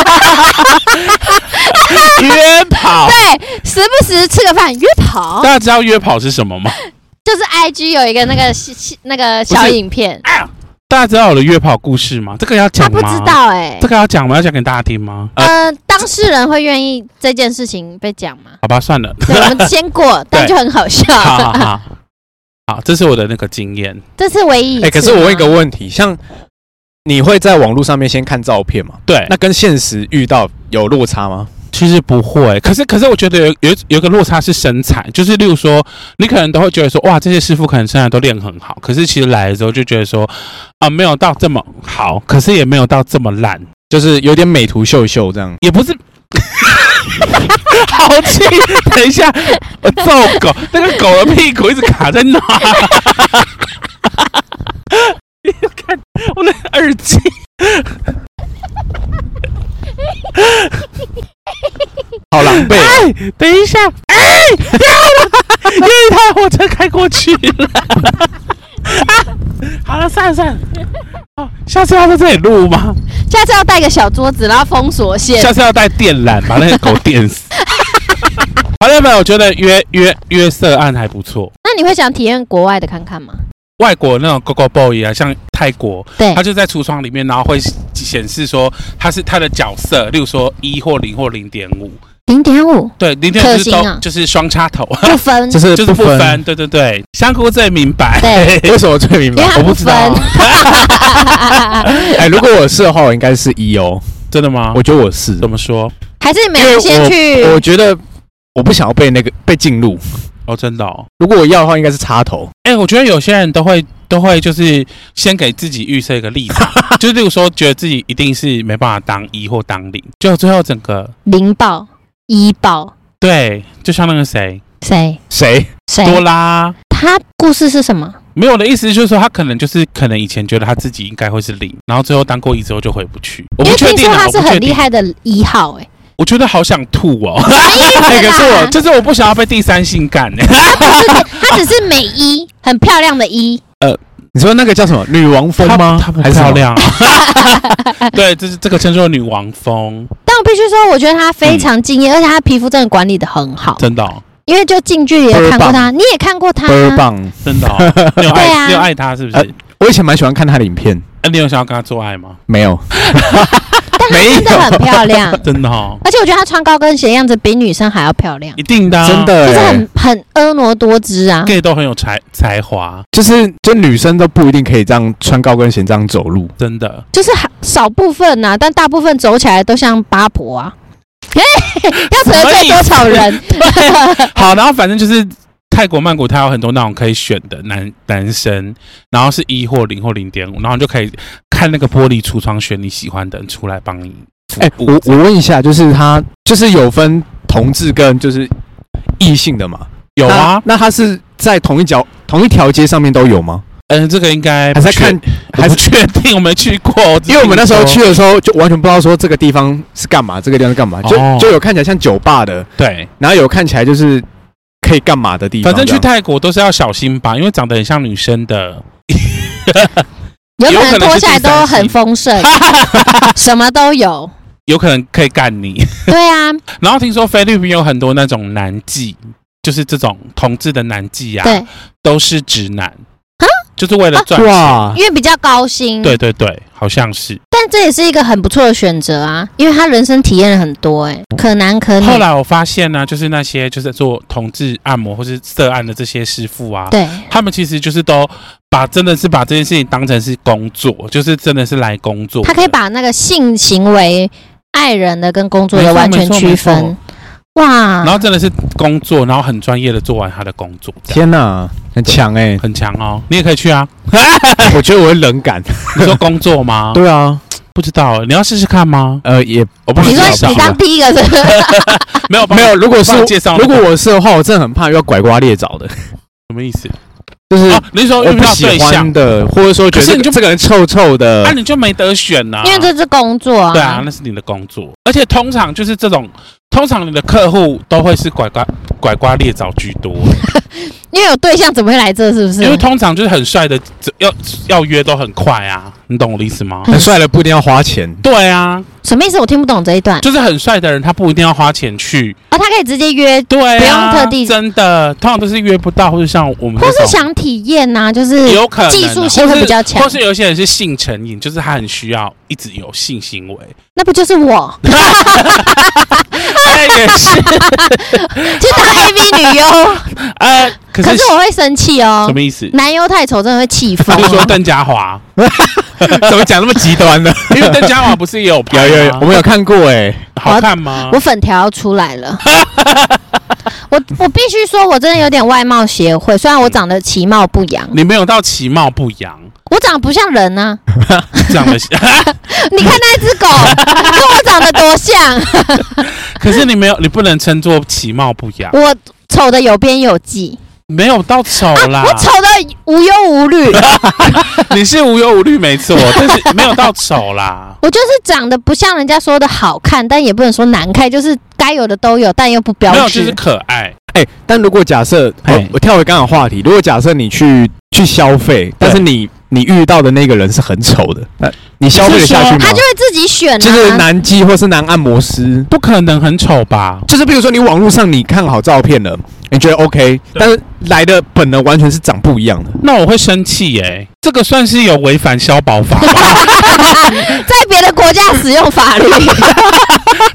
S1: 约 跑。
S2: 对，时不时吃个饭约跑
S1: 大，家知道约跑是什么吗？
S2: 就是 I G 有一个那个西西那个小
S1: 不是
S2: 影片，
S1: 大家知道我的约跑故事吗？这个要
S2: 他
S1: 讲
S2: 不
S1: 吗？
S2: 知。道哎、
S1: 这个要讲吗？要讲给大家听吗？呃，
S2: 呃，当事人会愿意这件事情被讲 吗？
S1: 好吧，算了。
S2: 对，我们先过，但就很好笑。
S1: 好好好，好，这是我的那个经验。
S2: 这是唯一一次
S3: 哎，
S2: 吗。
S3: 可是我问
S2: 啊
S3: 一个问题，像你会在网络上面先看照片吗？
S1: 对，那
S3: 那跟现实遇到有落差吗？
S1: 其实不会，可是可是我觉得有有有一个落差是身材，就是例如说，你可能都会觉得说，哇，这些师傅可能身材都练很好，可是其实来的时候就觉得说，啊，没有到这么好，可是也没有到这么烂，
S3: 就是有点美图秀秀这样。
S1: 也不是。好气！等一下，我揍狗，那个狗的屁股一直卡在哪？ 你看我的耳机。
S3: 好狼狈哦，
S1: 哎，等一下，哎， 掉了，因为一台火车开过去了。 啊，好了，算了算了。哦，下次要在这里录吗？
S2: 下次要带个小桌子，然后封锁线
S1: 下。次要带电缆把那个狗电 死。好了没有？我觉得约约约色案还不错。
S2: 那你会想体验国外的看看吗？
S1: 外国那种 Gogo Boy 啊，像泰国，
S2: 对
S1: 它，就在橱窗里面，然后会显示说它是它的角色，例如说一或零或零点五，
S2: 零点 五
S1: 对，零点五就是
S2: 克
S1: 都
S2: 星啊
S1: 就是双插头，
S2: 不分，
S3: 就是
S1: 就是不分，对对对，香菇最明白，
S2: 对，
S3: 为什么最明
S2: 因
S3: 白
S2: 为？它
S3: 我不知
S2: 分
S3: 道。啊。哎，如果我是的话，我应该是一哦。
S1: 真的吗？
S3: 我觉得我是，
S1: 怎么说？
S2: 还是你
S3: 因为
S2: 们
S3: 我
S2: 先去
S3: 我觉得我不想要被那个被进入。
S1: 哦，真的、哦。
S3: 如果我要的话，应该是插头。
S1: 哎、我觉得有些人都会都会就是先给自己预设一个立场， 就例如说觉得自己一定是没办法当一或当零，就最后整个
S2: 零爆一爆
S1: 对，就像那个谁
S2: 谁
S3: 谁？
S2: 谁？
S1: 多拉，啊
S2: 他故事是什么？
S1: 没有我的意思就是说他可能就是可能以前觉得他自己应该会是零，然后最后当过一之后就回不去。我
S2: 因
S1: 不
S2: 为
S1: 确
S2: 听
S1: 定
S2: 说
S1: 啊，
S2: 他
S1: 我
S2: 是
S1: 不确
S2: 很厉
S1: 定。
S2: 害的一号、欸，
S1: 我觉得好想吐 哦，
S2: 哎，
S1: 可是我
S2: 啦
S1: 就是我不想要被第三性感 哎、
S2: 他只是美一，很漂亮的一，
S3: 你说那个叫什么？女王风吗？
S1: 呃她她不
S3: 还是什么
S1: 漂？亮啊。 对，这是这个称作女王风，
S2: 但我必须说，我觉得他非常敬业，而且他皮肤真的管理的很好，
S1: 嗯真的哦、
S2: 因为就近距离的看过他，你也看过他、
S3: 倍儿
S2: 啊，
S3: 棒！
S1: 真 的、哦。你有爱、
S2: 对啊
S1: 你有爱她是不是？
S3: 我以前蛮喜欢看他的影片，
S1: 啊，你有想要跟她做爱吗？
S3: 没有，
S2: 但她真的很漂亮，
S1: 真的哦，
S2: 而且我觉得她穿高跟鞋的样子比女生还要漂亮
S1: 一，定的、啊，
S3: 真的
S2: 就是
S3: 欸，
S2: 很很婀娜多姿啊。
S1: ，gay 都很有才才华，
S3: 就是就女生都不一定可以这样穿高跟鞋这样走路。
S1: 真 的。
S2: 就是很少部分呐、但大部分走起来都像八 婆啊。要得罪多少人？
S1: 好，然后反正就是泰国曼谷，它有很多那种可以选的男男生，然后是一或零或零点五，然后你就可以看那个玻璃橱窗选你喜欢的人出来帮你。
S3: 哎、我我问一下，就是他就是有分同志跟就是异性的嘛？
S1: 有啊，
S3: 那，那他是在同一条同一条街上面都有吗？
S1: 嗯、这个应该
S3: 还
S1: 不
S3: 是在
S1: 确
S3: 看？
S1: 还
S3: 还
S1: 是
S3: 是
S1: 确定我没去过，只
S3: 因为我们那时候去
S1: 听
S3: 的时候就完全不知道说这个地方是干嘛，这个地方是干嘛，就、
S1: 哦
S3: 就有看起来像酒吧的，
S1: 说对，
S3: 然后有看起来就是可以干嘛的地方。
S1: 反正去
S3: 这样
S1: 泰国都是要小心吧，因为长得很像女生的，
S2: 有
S1: 有
S2: 可
S1: 可能
S2: 能脱下来
S1: 是第
S2: 都
S1: 三性
S2: 很 丰盛，什么都有。
S1: 有可能可以干你。
S2: 对啊，
S1: 然后听说菲律宾有很多那种男妓，就是这种同志的男妓啊，
S2: 对，啊
S1: 都是直男就是为了赚钱。
S3: 哇
S2: 因，为比较高薪。
S1: 啊对，对对，好像是。
S2: 但这也是一个很不错的选择啊，因为他人生体验了很多、哎，可男可女
S1: 后。来我发现呢、就是那些就是做同志按摩或是色按的这些师傅啊，
S2: 对，
S1: 他们其实就是都把真的是把这件事情当成是工作，就是真的是来工作的。
S2: 他可以把那个性行为、爱人的跟工作
S1: 没
S2: 的
S1: 错
S2: 完
S1: 没
S2: 全
S1: 错
S2: 区
S1: 没错
S2: 分。哇啊
S1: 然，后真的是工作，然后很专业的做完他的工作，这样
S3: 天哪、很 强哎、
S1: 很强哦。你也可以去啊，
S3: 我觉得我会冷感。
S1: 你说工作 吗？
S3: 对啊，
S1: 不知道，你要试试看吗？
S3: 呃，也
S1: 我帮
S2: 你
S1: 介
S2: 说
S1: 绍
S2: 你，当第一个是 不是？
S1: 啊
S2: 啊
S1: 没有
S3: 没有。如果是
S1: 帮你介绍那个，
S3: 如果我是的话，我真的很怕遇到拐瓜裂枣 的，
S1: 什么意思？
S3: 就是
S1: 哦，你是说遇
S3: 我不
S1: 到
S3: 喜
S1: 对象
S3: 欢，的，或者说
S1: 可
S3: 觉得
S1: 是
S3: 这
S1: 你
S3: 个
S1: 就啊
S3: 这个人臭臭的
S1: 那、，你就没得选呐、
S2: 因为这是工作啊。
S1: 对啊，那是你的工作，而且通常就是这种，通常你的客户都会是拐瓜拐瓜裂枣居多，
S2: 因为有对象怎么会来这？是不是？
S1: 因为通常就是很帅的，要要约都很快啊，你懂我的意 思
S2: 嗯
S1: 吗？
S3: 很帅的不一定要花 钱。
S1: 对啊，
S2: 什么意思？我听不懂这一段。
S1: 就是很帅的人，他不一定要花钱去，
S2: 哦，他可以直接约，
S1: 对、啊，
S2: 不用特地
S1: 真的，通常都是约不到，或者像我们
S2: 或
S1: 这
S2: 是
S1: 种
S2: 想体验呐、就是
S1: 有可能啊
S2: 技术性会比较强
S1: 或是，或是有些人是性成瘾，就是他很需要一直有性行为，
S2: 那不就是我？
S1: 哎也是，
S2: 去当 AV 女优，
S1: 呃， 可
S2: 啊可
S1: 是
S2: 是我会生气哦
S1: 什。么意思？
S2: 男优太丑，真的会气疯
S1: 他就
S2: 哦、
S1: 说邓家 华，
S3: 怎么讲那么极端呢？
S1: 因为邓家华不是也有拍
S3: 有
S1: 吗
S3: 有有，我们有看过哎、
S1: 好看吗
S2: 我？粉条要出来 了。我我必须说，我真的有点外貌协会，虽然我长得其貌不扬，
S1: 你没有到其貌不扬，
S2: 我长得不像人啊。
S1: 长 得，
S2: 你看那只 狗跟我长得多像，
S1: 可是你没有，你不能称作其貌不扬，
S2: 我丑的有边有际，
S1: 没有到丑啦。
S2: 我丑的无忧 无虑。
S1: 你是无忧无虑没 错，但是没有到丑啦。
S2: 我就是长得不像人家说的好看，但也不能说难看，就是该有的都有，但又不标
S1: 没有，就
S2: 志。
S1: 是可爱。
S3: 哎、但如果假设哦
S1: 哎
S3: 我我跳回刚刚的话题，如果假设你去去消费，但是你你遇到的那个人是很丑的，
S1: 呃
S3: 那你消费得下去
S2: 他
S3: 吗
S2: 就？会自己选、啊，
S3: 就是男妓或是男按摩师，
S1: 不可能很丑吧？
S3: 就是比如说你网络上你看好照片了，你觉得 OK，但是来的本人完全是长不一
S1: 嗯
S3: 样 的。
S2: 啊
S1: 那我会生气耶、这个算是有违反消保法吧？
S2: 在别别的国家使用 法律，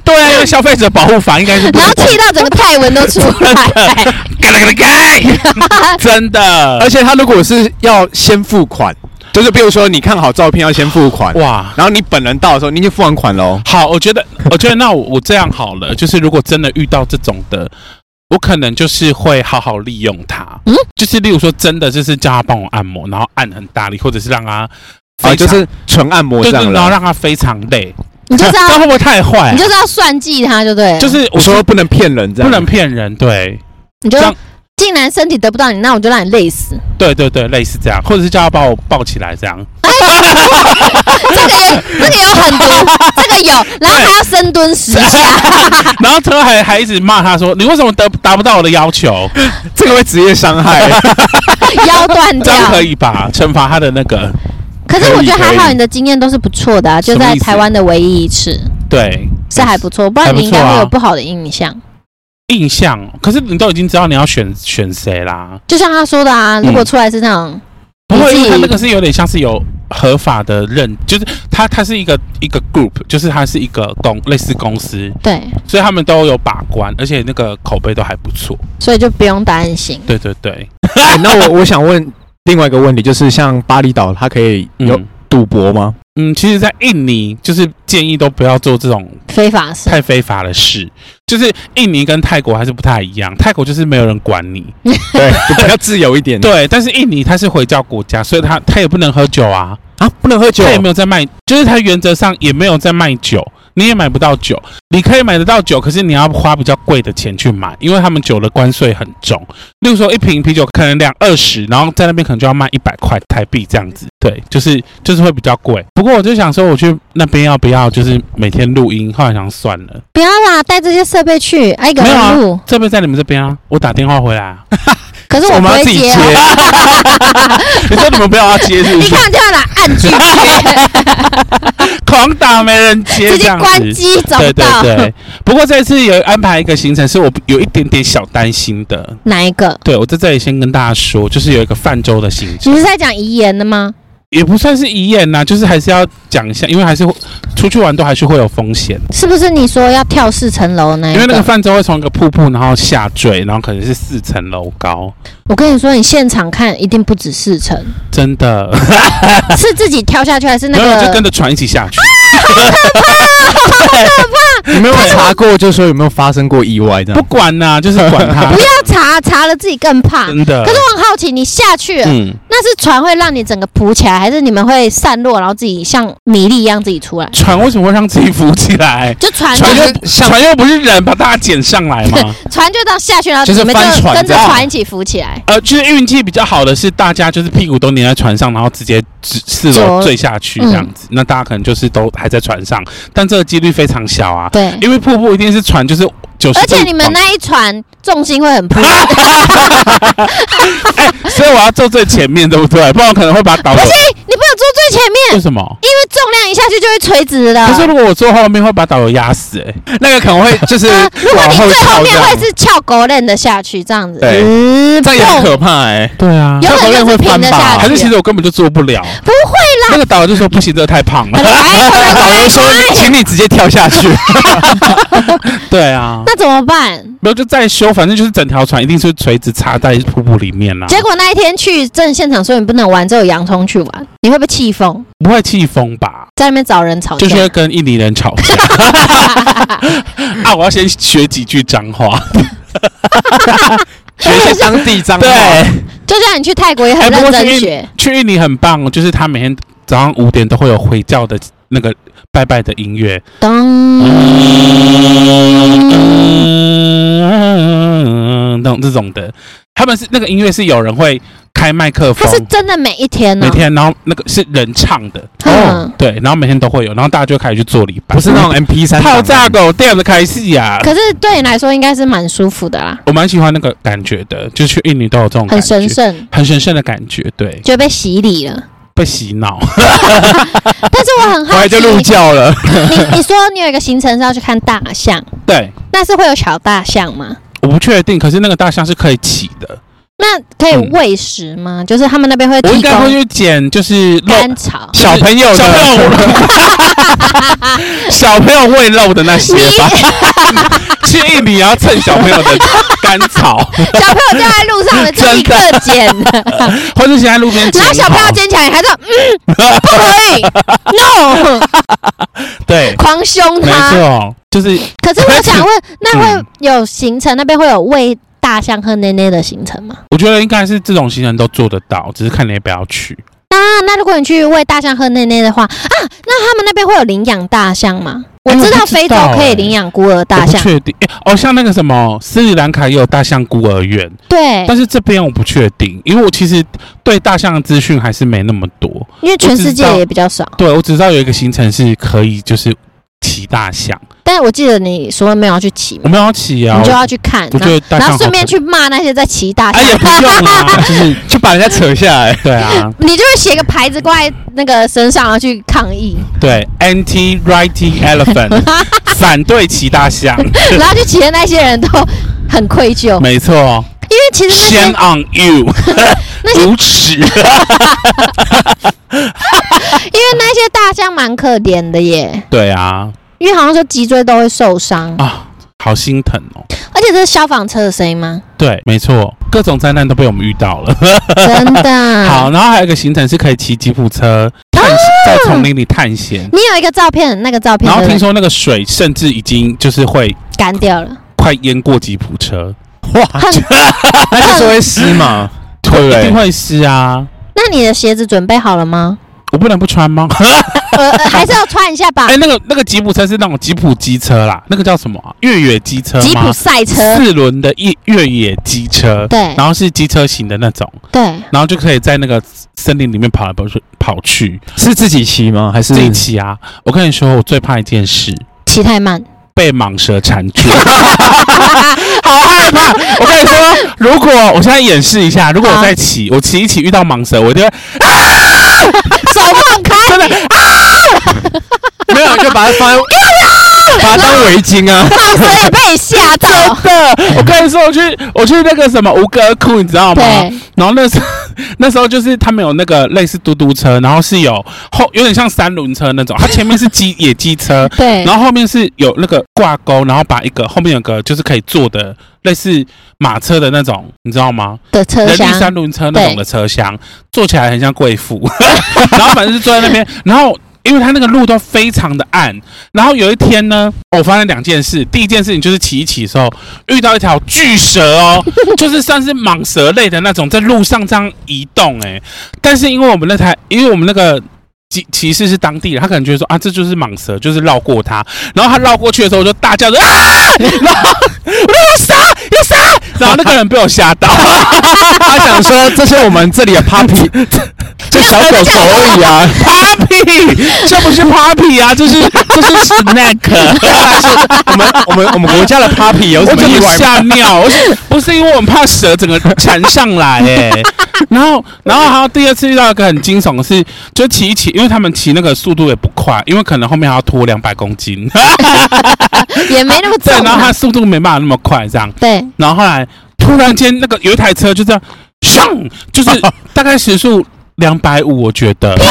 S1: 对啊，因为消费者保护法应该是不
S2: 然后
S1: 能
S2: 气到整个泰文都出来。
S1: 嘎啦嘎啦 嘎，真的，
S3: 而且他如果是要先付款，就是比如说你看好照片要先付款，
S1: 哇。
S3: 然后你本人到的时候你已经付完款哦喽。
S1: 好，我觉得， 我觉得那我我这样好了，就是如果真的遇到这种的，我可能就是会好好利用它。
S2: 嗯
S1: 嗯，就是例如说，真的就是叫他帮我按摩，然后按很大力，或者是让他非常
S3: 啊，就是纯按摩
S1: 对
S3: 这
S1: 对，
S3: 样
S1: 然后
S3: 了。
S1: 让他非常累，
S2: 你就是
S1: 这样
S2: 要
S1: 会不会太坏啊、
S2: 你就是要算计他，就对了，
S1: 就是
S3: 我
S1: 我
S3: 说
S1: 说
S3: 不能骗人，这
S1: 不
S3: 样
S1: 能骗人，对
S2: 你就
S1: 这样
S2: 竟然身体得不到你，那我就让你累死。
S1: 对对对，类似这样，或者是叫他把我抱起来这样。
S2: 这个这个有很 多，这个有，然后还要深蹲十下，
S1: 然后他还还一直骂他说：“你为什么得达不到我的要求？
S2: 啊
S3: 这个会职业伤 害。
S2: 腰断
S1: 这
S2: 掉。
S1: 样可以吧？惩罚他的那个
S2: 可是我觉得还
S3: 可以可
S2: 好，
S3: 以
S2: 你的经验都是不错的啊，就
S1: 什么
S2: 在
S1: 意思
S2: 台湾的唯一一次
S1: 对
S2: 是还不错，不然你应该会有不好的印象。
S1: 印象。可是你都已经知道你要选选谁啦，
S2: 就像他说的
S1: 嗯
S2: 啊，如果出来是那种，
S1: 不
S2: 你
S1: 会，
S2: 自
S1: 因为他那
S2: 己
S1: 个是有点像是有合法的认，就是他他是一个一个 group，就是他是一个公类似公司，
S2: 对，
S1: 所以他们都有把关，而且那个口碑都还不错。
S2: 所以就不用担心。
S1: 对对对，
S3: 哎那我我想问另外一个问题，就是像巴厘岛，它可以有
S1: 嗯
S3: 赌博吗？
S1: 嗯，其实，在印尼就是建议都不要做这种
S2: 非法事，
S1: 太非法的事，就是印尼跟泰国还是不太一样，泰国就是没有人管你。
S3: 对，就比较自由一 点。
S1: 对，但是印尼它是回教国家，所以它它也不能喝酒啊，
S3: 啊，不能喝酒
S1: 它。也没有在卖，就是它原则上也没有在卖酒，你也买不到酒，你可以买得到酒，可是你要花比较贵的钱去买，因为他们酒的关税很重，例如说一瓶啤酒可能两二十，然后在那边可能就要卖一百块台币这样子，对，就是就是会比较贵。不过我就想说，我去那边要不要就是每天录音，后来想算了，
S2: 不要啦，带这些设备去，哎，一个
S1: 没有
S2: 人录
S1: 啊，，这边在你们这边啊，我打电话回来啊，
S2: 可是我不
S3: 们要
S2: 会
S3: 自己
S2: 接
S3: 接
S2: 啊，。
S1: 你说你们不要接是不
S2: 一
S1: 是？
S2: 看就要拿按拒绝，
S1: 狂打没人接，这
S2: 直接
S1: 样子
S2: 关机，找不
S1: 对
S2: 到
S1: 对对，不过这次有安排一个行程，是我有一点点小担心的。
S2: 哪一个？
S1: 对我在这里先跟大家说，就是有一个泛舟的行程，
S2: 你是在讲遗言的吗？
S1: 也不算是遗言呐、就是还是要讲一下，因为还是会出去玩都还是会有风险，
S2: 是不是你说要跳四层楼那一
S1: 因为那个泛舟会从一个瀑布然后下坠，然后可能是四层楼高，
S2: 我跟你说，你现场看一定不止四层，
S1: 真的，
S2: 是自己跳下去还是那
S1: 然后就跟
S2: 个？
S1: 着
S2: 啊
S1: 船一起下去。
S3: 你们有没有查过，就说有没有发生过意外这
S1: 不
S3: 样？
S1: 管呐、就是管它
S2: 不，要查，查了自己更怕。
S1: 真的
S2: 可。是我很好奇，你下去了，
S1: 嗯，
S2: 那是船会让你整个浮起来，还是你们会散落，然后自己像米粒一样自己出来？
S1: 船为什么会让自己浮起来？
S2: 就船
S1: 船
S2: 就
S1: 又船又不是人把大家捡上来吗？
S2: 船就这样下去，然后
S3: 就是
S2: 你们就
S3: 翻船
S2: 跟着
S3: 这样
S2: 船一起浮起来。
S1: 呃，就是运气比较好的是，大家就是屁股都粘在船上，然后直接直四楼
S2: 走
S1: 坠下去这样
S2: 嗯
S1: 子。那大家可能就是都还在船上，但这个几率非常小啊，
S2: 对，
S1: 因为瀑布一定是船就是九十。
S2: 而且你们那一船重心会很扑，
S1: 往，所以我要坐最前面，对不对？不然我可能会把它倒
S2: 不
S1: 走
S2: 是。你不能坐最前面，
S1: 为什么？
S2: 因为重量一下去就会垂直的。
S1: 可是如果我坐后面，会把导游压死哎、
S3: 那个可能会就是
S2: 啊如果
S3: 往
S2: 你最后
S3: 翘这
S2: 面会
S3: 样，
S2: 是翘狗链的下去，这样子，
S3: 对
S2: 嗯
S3: 这样也很
S2: 蹦
S3: 可怕哎。
S1: 对啊
S2: 有
S3: 翘
S2: 可
S3: 狗
S2: 能
S3: 链
S2: 就是
S3: 会
S2: 平
S3: 翻
S2: 的
S3: 吧
S2: 下去，
S1: 还是其实我根本就做不了。
S2: 不会
S1: 那个导游就说不行，这个太胖 了。
S2: 来来
S3: 导游说：“请你直接跳下去。
S1: 对啊，
S2: 那怎么办？
S1: 没有就再修，反正就是整条船一定是垂直插在瀑布里面啦、啊
S2: 结果那一天去正现场说你不能玩，只有洋葱去玩，你会不会气疯？
S1: 不会气疯吧？
S2: 在那边找人吵架，
S1: 就是会跟印尼人吵 架啊！我要先学几句脏话。
S3: 学一些当地脏话。
S1: 对，
S2: 就像你去泰国也很
S1: 哎不
S2: 认
S1: 过
S2: 真
S1: 去
S2: 学，
S1: 去印尼很棒哦，就是他每天早上五点都会有回教的那个拜拜的音乐。
S2: 咚，
S1: 嗯，那种这种的，他们是那个音乐是有人会开麦克
S2: 他
S1: 风，
S2: 是真的每一天呢
S1: 每，天，然后那个是人唱的，
S2: 嗯，
S1: 对，然后每天都会有，然后大家就开始去做礼拜，
S3: 不是那种 MP 三
S1: 泡炸狗店的开戏呀、
S2: 可是对你来说应该是蛮舒服的啦，
S1: 我蛮喜欢那个感觉的，就是去印尼都有这种
S2: 很
S1: 感觉
S2: 神圣，
S1: 很神圣的感觉，对，
S2: 就被洗 礼了。
S1: 被洗 脑。
S2: 但是我很
S3: 回
S2: 好
S3: 来
S2: 奇，
S3: 就入
S2: 你
S3: 教了。
S2: 你说你有一个行程是要去看大象，
S1: 对，
S2: 那是会有小大象吗？
S1: 我不确定，可是那个大象是可以骑的，
S2: 那可以喂食吗？就是他们那边会
S1: 嗯我应
S2: 提
S1: 该会
S2: 供
S1: 去捡，就是肉
S2: 干草。
S3: 小朋友
S1: 小朋 友
S3: 的
S1: 小朋友喂肉的那些
S2: 你
S1: 吧。
S2: 小
S1: 去印尼也要蹭小朋友的甘草，
S2: 朋友掉在路上了，就立刻 捡，
S1: 或者是在路边捡好。
S2: 然后小朋友捡起来还说嗯不可 以，no，
S1: 对，
S2: 狂凶
S1: 没
S2: 他。
S1: 错，就是
S2: 可是我想问，那会
S1: 嗯
S2: 有行程那边会有喂大象和奶奶的行程吗？
S1: 我觉得应该是这种行程都做得到，只是看你要不要去。
S2: 啊，那如果你去喂大象喝奶奶的话啊，那他们那边会有领养大象吗？我
S1: 哎
S2: 知道
S1: 我不知
S2: 非洲
S1: 道
S2: 可以
S1: 哎
S2: 领养孤儿
S1: 我
S2: 大
S1: 不
S2: 象，
S1: 确定诶哦，像那个什么斯里兰卡也有大象孤儿院，
S2: 对，
S1: 但是这边我不确定，因为我其实对大象的资讯还是没那么多。
S2: 因为全世界
S1: 我知道
S2: 也比较少。
S1: 对我只知道有一个行程是可以就是骑大象，
S2: 但是我记得你说没有要去骑
S1: 我
S2: 嘛，
S1: 们要骑啊，
S2: 你就
S1: 我
S2: 要去看，
S1: 我
S2: 然
S1: 觉
S2: 后
S1: 得大
S2: 然
S1: 象
S2: 后
S1: 好
S2: 顺便
S1: 可
S2: 去骂那些在骑大象
S1: 哎。也不用啊，就是
S3: 就把人家扯下来。
S1: 对啊，
S2: 你就会写个牌子挂在那个身上，然后去抗 议，
S1: 对，anti righty elephant，反对骑大象，
S2: 然后就骑的那些人都很愧疚，因为
S1: 没错
S2: 其实那
S1: ，shame
S2: 些
S1: on you，
S2: 那些
S1: 无耻，
S2: 因为那些大象蛮可怜的耶，
S1: 对啊，
S2: 因为好像说脊椎都会受伤，
S1: 啊，好心疼哦。
S2: 而且这是消防车的声音吗？
S1: 对，没错，各种灾难都被我们遇到了。
S2: 真的。
S1: 好，，然后还有一个行程是可以骑吉普车
S2: 啊
S1: 探险，在丛林里探险。
S2: 你有一个照片，那个照片
S1: 然后
S2: 对不
S1: 听
S2: 对
S1: 说那个水甚至已经就是会
S2: 干掉了，
S1: 快淹过吉普车，
S3: 哇，
S2: 很。
S3: 那就是会湿嘛？ 对不
S1: 一定
S3: 对？
S1: 会湿啊！
S2: 那你的鞋子准备好 了吗？
S1: 我不能不穿吗？
S2: 呃，呃还是要穿一下吧
S1: 哎、。那个那个吉普车是那种吉普机车啦，那个叫什么啊、越野机车吗？
S2: 吉普赛车，
S1: 四轮的越越野机车，
S2: 对
S1: 然后是机车型的那种，
S2: 对，
S1: 然后就可以在那个森林里面跑来跑去跑去，
S3: 是自己骑吗？还是
S1: 自己骑啊！我跟你说，我最怕一件事，
S2: 骑太慢。
S1: 被蟒蛇缠住， 好害怕！我跟你说，如果我现在演示一下，如果我在骑，我骑一骑遇到蟒蛇，我就会
S2: 手放开，
S1: 真的
S3: 没有，就把它放在，把它当围巾啊。
S2: 放蛇也被你吓到。
S1: 的，我跟你说，我去我去那个什么吴哥窟，你知道吗？
S2: 对，
S1: 然后那时候 那时候就是他们有那个类似嘟嘟车，然后是有后有点像三轮车那种，它前面是机野鸡车，
S2: 对，
S1: 然后后面是有那个挂钩，然后把一个后面有个就是可以坐的类似马车的那种，你知道吗？
S2: 的车
S1: 人力
S2: 厢
S1: 三轮车那种的车厢，坐起来很像贵妇， 然后反正是坐在那边， 然后。因为它那个路都非常的暗，然后有一天呢，我发现两件事。第一件事情就是骑一骑的时候遇到一条巨蛇哦， 就是算是蟒蛇类的那种，在路上这样移动哎、但是因为我们那台，因为我们那个骑骑士是当地人，他可能觉得说啊，这就是蟒蛇，就是绕过它。然后他绕过去的时候，我就大叫着啊，然后 我说有蛇，有蛇，然后那个人被我吓到。
S3: 他想说这是我们这里的 puppy，就小狗狗而已啊。
S1: Papi，这不是 Papi 啊，这是这是 Snack。
S3: 我们我们我们国家的 puppy 有
S1: 我
S3: 什么
S1: 怎
S3: 意
S1: 么
S3: 外吗？
S1: 吓尿？我 是不是因为我很怕蛇整个缠上来哎、然后，然后还有第二次遇到一个很惊悚的是，就骑一骑，因为他们骑那个速度也不快，因为可能后面还要拖两百公斤，
S2: 也啊没那么重
S1: 对，然后
S2: 啊
S1: 他。速度没办法那么快这样。
S2: 对，
S1: 然后后来突然间那个有一台车就这样，上就是大概时速两百五，我觉 得。
S2: 对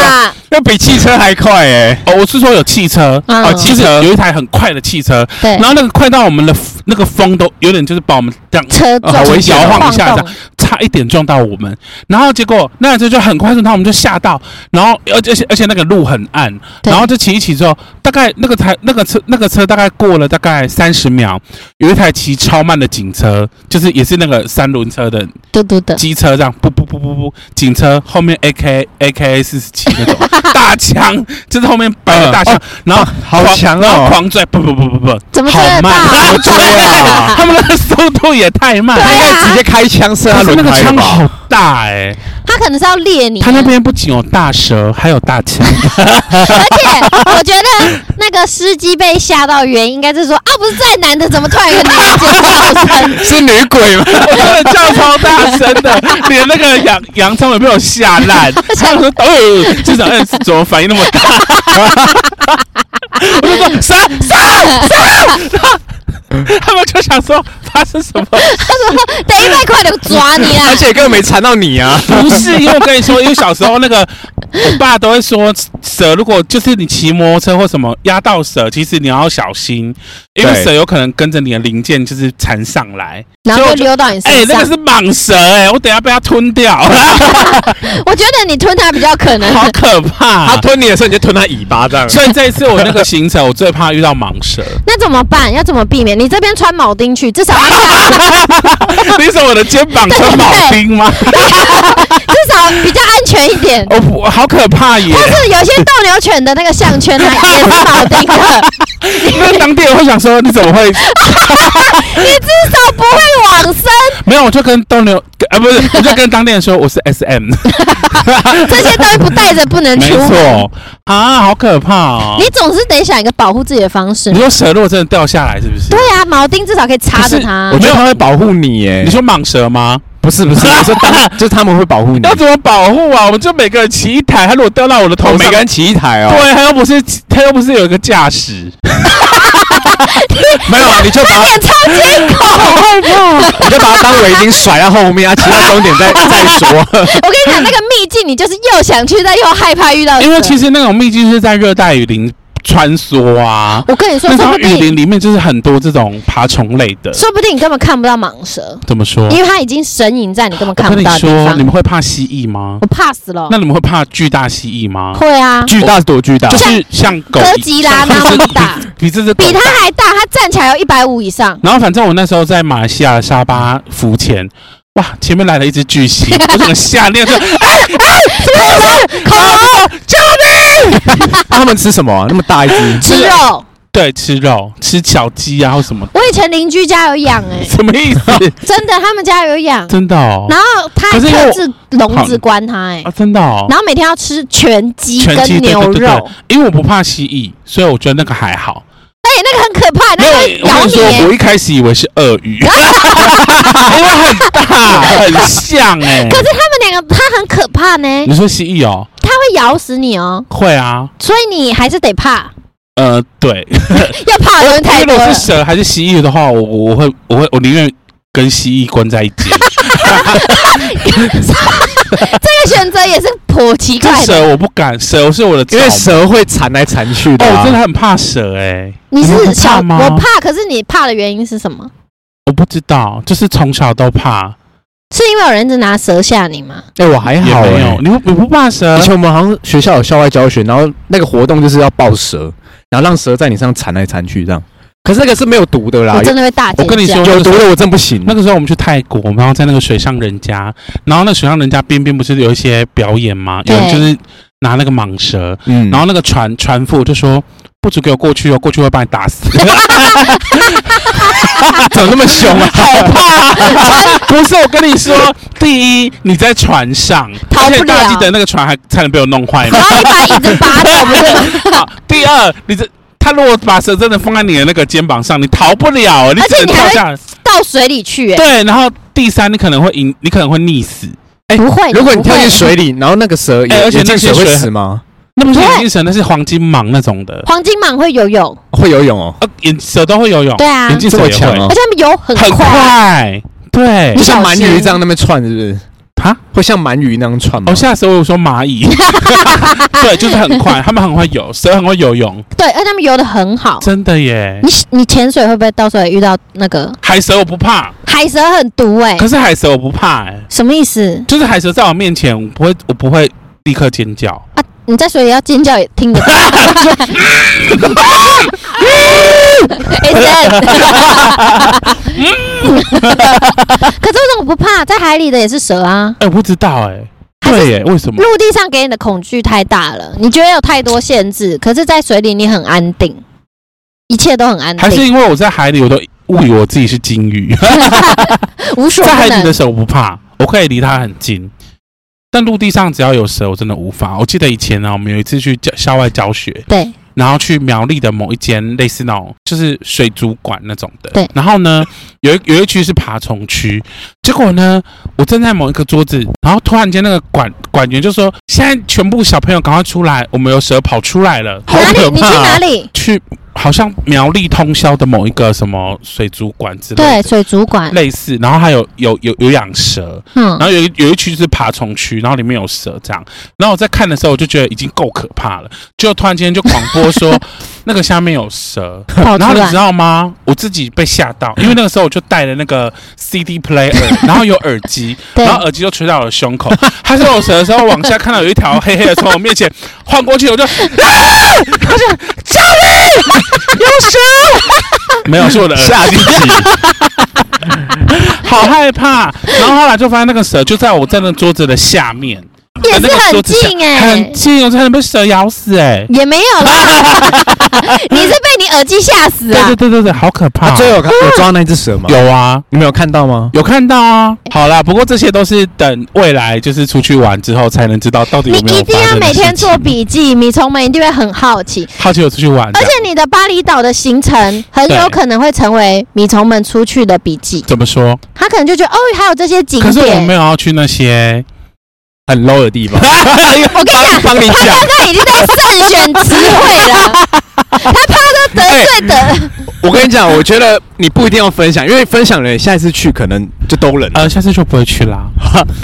S2: 呀，
S3: 那比汽车还快哎！
S1: 哦，我是说有汽车，
S2: 嗯
S1: 哦，汽车有一台很快的汽车，
S2: 对
S1: 然，后那个快到我们的 f- 那个风都有点就是把我们这 样
S2: 车
S1: 啊好危险
S2: 撞
S1: 摇晃一下
S2: 晃
S1: 这
S2: 动
S1: 样差一点撞到我们，然后结果那台车就很快撞到，我们就吓到，然后而且而且而且那个路很暗，
S2: 对
S1: 然后就骑一骑之后，大概那个台那个车那个车大概过了大概三十秒，有一台骑超慢的警车，就是也是那个三轮车的
S2: 嘟嘟的，
S1: 机车这样，不不不不不，警车后面 A K A K A 四十七那种大枪，就是后面摆个大枪，然后
S3: 好
S1: 狂
S3: 强哦
S1: 然后狂拽，不不不不不，
S2: 怎么
S1: 好
S2: 追得
S1: 慢，
S2: 到？
S1: 好
S3: 追 啊
S1: 他们那个速度也太慢，
S2: 对
S3: 他
S2: 啊
S3: 应该直接开枪射他
S1: 可是
S3: 轮
S1: 那个
S3: 胎了
S1: 枪
S3: 吧
S1: 好大哎、
S2: 他可能是要猎你啊。
S1: 他那边不仅有大蛇，还有大枪，
S2: 而且我觉得那个司机被吓到的原因应该是说啊，不是在男的，怎么突然有个女的尖叫声？
S3: 是女鬼吗？
S1: 我真的叫超大声的，连那个洋洋葱也被我吓烂。 他们说，呃，就想，呃，怎么反应那么大？ 我就说，杀杀杀！他们就想说发生什么？
S2: 等一百块就抓你 啦
S3: 而！且根本没缠到你啊！
S1: 不是，因为我跟你说，因为小时候那个我爸都会说，蛇如果就是你骑摩托车或什么压到蛇，其实你要小心，因为
S3: 对
S1: 蛇有可能跟着你的零件就是缠上来。
S2: 然后
S1: 所以我就
S2: 就溜到你
S1: 哎、
S2: 身
S1: 那
S2: 上
S1: 个。是蟒蛇哎、我等一下被它吞掉，
S2: 我觉得你吞它比较可能。
S1: 好可怕、
S3: 他吞你的时候，你就吞他尾巴这 样。
S1: 所以这一次我那个行程，我最怕遇到蟒蛇。
S2: 那怎么办？要怎么避免？你这边穿铆钉去，至少要下，
S1: 你说我的肩膀穿铆钉吗？
S2: 至少比较安全一点。
S1: 哦，不好可怕 耶！
S2: 但是有些斗牛犬的那个项圈还也是铆 钉的，
S1: 那当地人会想说，你怎么 会
S2: 你至少不会往生。
S1: 没有？我就跟斗牛，呃，不是，我就跟当地人说我是 S M，
S2: 这些东西不带着不能
S1: 没
S2: 出门。
S1: 错啊，好可怕哦！
S2: 你总是得想一个保护自己的方式
S1: 你。说蛇如果真的掉下来，是不是？
S2: 对啊，铆钉至少可以插着它
S3: 我。
S1: 没
S3: 觉得
S1: 有
S3: 他会保护你耶。
S1: 你说蟒蛇吗？
S3: 不是不是，我说当就是他们会保护你
S1: 要。怎么保护啊？我们就每个人骑一台，它如果掉到我的头
S3: 我
S1: 上，
S3: 每个人骑一台哦。
S1: 对，他又不是他又不是有一个驾驶，
S3: 没有啊，你就把
S2: 哎脸超惊 恐，
S1: 啊
S3: 你就把它当围巾甩到后面啊，其他终点再再说。
S2: 我跟你讲，那个秘境你就是又想去，但又害怕遇到蛇。
S1: 因为其实那种秘境是在热带雨林穿梭啊。
S2: 我跟你说，
S1: 那
S2: 说
S1: 条
S2: 不
S1: 雨林
S2: 定，
S1: 里面就是很多这种爬虫类的，
S2: 说不定你根本看不到蟒蛇，
S1: 怎么说？
S2: 因为它已经神隐在你根本
S1: 嗯
S2: 看
S1: 我
S2: 不
S1: 跟
S2: 到
S1: 你
S2: 的地
S1: 说，
S2: 方
S1: 你。们会怕蜥蜴吗
S2: 我？怕死了
S1: 那。你们会怕巨大蜥蜴吗？
S2: 会啊，
S3: 巨大是多 巨大
S1: 就？是像狗
S2: 哥
S1: 一，
S2: 吉拉那么大，
S1: 比这只狗
S2: 比它还大，它站起来有一百五 以上。
S1: 然后反正我那时候在马来西亚沙巴浮潜，哇，前面来了一只巨 蜥，我整个吓尿说，
S2: 恐龙
S3: 啊他们吃什么啊？那么大一只？
S2: 吃肉，
S1: 对，吃肉，吃小鸡啊或什么，
S2: 我以前邻居家有养哎，
S1: 什么意思？
S2: 真的，他们家有养，
S1: 真的哦，
S2: 然后它还
S1: 可是因为
S2: 特
S1: 我
S2: 制笼子关它哎
S1: 啊，，真的哦，
S2: 然后每天要吃全鸡
S1: 全鸡
S2: 跟
S1: 对
S2: 牛
S1: 对对对
S2: 肉，，
S1: 因为我不怕蜥蜴，所以我觉得那个还好。
S2: 哎，那个很可怕，那个会
S1: 我
S2: 咬
S1: 跟你
S2: 你
S1: 说，
S2: 欸
S1: 我一开始以为是鳄 鱼，因为很大，很像哎、
S2: 可是他们两个，它很可怕呢，
S1: 你说蜥蜴哦？
S2: 它会咬死你哦，
S1: 会啊，
S2: 所以你还是得怕，
S1: 呃，对。
S2: 要怕的东西太
S1: 如
S2: 多
S1: 果
S2: 了
S1: 是。蛇还是蜥蜴的话，我我会我会我宁愿跟蜥蜴关在一 起。
S2: 这个选择也是颇奇
S1: 这
S2: 怪的。
S1: 蛇我不敢，蛇是我的啊
S3: 因为
S1: 草
S3: 蛇会缠来缠去的
S1: 莓。哦，
S3: 啊。
S1: 我真的很怕蛇哎、
S2: 你
S1: 你们
S2: 是
S1: 不
S2: 小
S1: 怕吗
S2: 我怕，可是你怕的原因是什么？
S1: 我不知道，就是从小都怕，
S2: 是因为有人一直拿蛇吓你吗？
S3: 哎，我还
S1: 也
S3: 好
S1: 没
S3: 哎
S1: 有。。你不你不怕蛇
S3: 以？前我们好像学校有校外教学，然后那个活动就是要抱蛇，然后让蛇在你身上缠来缠去这样。可是那个是没有毒的啦
S2: 我，真的会大尖叫。
S1: 我跟你说
S3: 有毒的我真不行。
S1: 那个时候我们去泰国，然后在那个水上人家，然后那水上人家边边不是有一些表演吗？有
S2: 对
S1: 人就是拿那个蟒蛇，
S3: 嗯
S1: 然后那个船船夫就说：“不准给我过去哦，过去会把你打 死。
S3: 怎么那么凶啊？
S1: 好怕、
S2: 啊
S1: 不是，我跟你说，第一你在船上，
S2: 逃
S1: 而
S2: 不
S1: 且大家记
S2: 了
S1: 得那个船还差点被我弄坏
S2: 然
S1: 吗？
S2: 后你把椅子拔掉，不 是吗？
S1: 好，第二你这。他如果把蛇真的放在你的那个肩膀上，你逃不了，你
S2: 而且
S1: 只能
S2: 你还
S1: 跳
S2: 会
S1: 下来。
S2: 到水里去、欸，
S1: 对，然后第三，你可能会赢，你可能会溺死。
S2: 不会。
S3: 如果你
S2: 不
S3: 跳
S2: 会
S3: 进 水里，然后那个蛇
S1: 哎
S3: 也
S1: 而且
S3: 也
S1: 那
S3: 进
S1: 些
S3: 水会
S1: 水
S3: 死吗？
S1: 那不是
S2: 不会
S1: 眼镜蛇，那是黄金蟒那种的。
S2: 黄金蟒会游泳，
S3: 会游泳哦，
S1: 呃，眼蛇都会游泳，
S2: 对啊
S1: 眼镜
S3: 这
S1: 蛇
S3: 么
S1: 也会，
S3: 强哦
S2: 而且它们游很
S1: 很快，对
S2: 你
S3: 就
S2: 哎
S3: 像
S2: 小
S3: 鳗
S2: 心
S3: 鱼这样那边窜，是不是？
S1: 啊。
S3: 会像鳗鱼那样
S2: 嗯
S3: 窜吗
S1: 哦，？吓死我！我说蚂 蚁， 对，就是很快，他们很会游，蛇很会游泳，
S2: 对，而且它们游的很好。
S1: 真的耶。
S2: 哦你你潜水会不会到时候也遇到那个
S1: 海蛇我不怕，
S2: 海蛇很毒哎、
S1: 可是海蛇我不怕、欸，
S2: 什么意思
S1: 就是海蛇在我面前，我不会，我不会立刻尖叫。
S2: 啊？你在水里要尖叫也听 得到。It's dead 可是为什么不怕？在海里的也是蛇啊。
S1: 哎、我不知道、欸，哎，对耶，为什么？
S2: 陆地上给你的恐惧太大了，你觉得有太多限制，可是，在水里你很安定，一切都很安
S1: 还 是
S2: 定，
S1: 因为我在海里，我都误以为我自己是金 鱼，
S2: 无所
S1: 在海
S2: 不
S1: 里的
S2: 能。
S1: 蛇我不怕，我可以离它很近。但陆地上只要有蛇，我真的无法。我记得以前啊呢、我们有一次去教校外教学，
S2: 对，
S1: 然后去苗栗的某一间类似那种就是水族馆那种的。
S2: 对
S1: 然后呢，有一有一区是爬虫区，结果呢，我正在某一个桌子，然后突然间那个管管员就说：“现在全部小朋友赶快出来，我们有蛇跑出来了。”
S2: 哪里？
S1: 可
S2: 你去
S1: 怕
S2: 哪
S1: 啊！
S2: 里？
S1: 去好像苗栗通宵的某一个什么水族馆之类
S2: 对，
S1: 的，
S2: 水族馆，
S1: 类似，然后还有有有有养蛇，
S2: 嗯
S1: 然，后有一有一区是爬虫区，然后里面有蛇这样。然后我在看的时候，我就觉得已经够可怕了，就突然间就广播 说那个下面有蛇。然
S2: 跑出
S1: 后你
S2: 来
S1: 知，道吗？我自己被吓到，因为那个时候我就带了那个 CD player，然后有耳机，
S2: 对
S1: 然后耳机就吹到我的胸口。 他说我蛇的时候，往下看到有一条黑黑的从我面前晃过去， 我就，啊！他说救命，有蛇！ 没有，是我的耳机
S3: 吓自己，
S1: 好害怕。然后后来就发现那个蛇就在我站的桌子的下面，
S2: 也
S1: 呃
S2: 是
S1: 那个桌
S2: 很
S1: 子下
S2: 近哎、
S1: 很近，我差点被蛇咬死哎、
S2: 也没 有啦，你是被你耳机吓死
S1: 对
S2: 啊
S1: 对？对对对，好可怕、
S3: 啊那最后有看嗯有抓那只蛇吗？，
S1: 有啊，
S3: 你们有看到吗？
S1: 有看到啊。好啦，不过这些都是等未来就是出去玩之后才能知道到底
S2: 你
S1: 有没有
S2: 一定
S1: 发
S2: 要
S1: 生的
S2: 每天
S1: 事情
S2: 做笔记，米虫们一定会很好奇。
S1: 好奇有出去玩的，
S2: 而且你的巴厘岛的行程很有
S1: 对
S2: 可能会成为米虫们出去的笔记，
S1: 怎么说？
S2: 他可能就觉得哦，还有这些景
S1: 可是我
S2: 点。
S1: 没有要去那些。，
S3: 很 low 的 地方
S2: 我跟你讲，
S3: 帮你
S2: 他
S3: 讲
S2: 刚刚已经在慎选词汇了，他怕都得罪的。
S1: 哎
S3: 我跟你讲，我觉得你不一定要分享，因为分享了，你下一次去可能就都冷了。
S1: 呃，下次就不会去啦。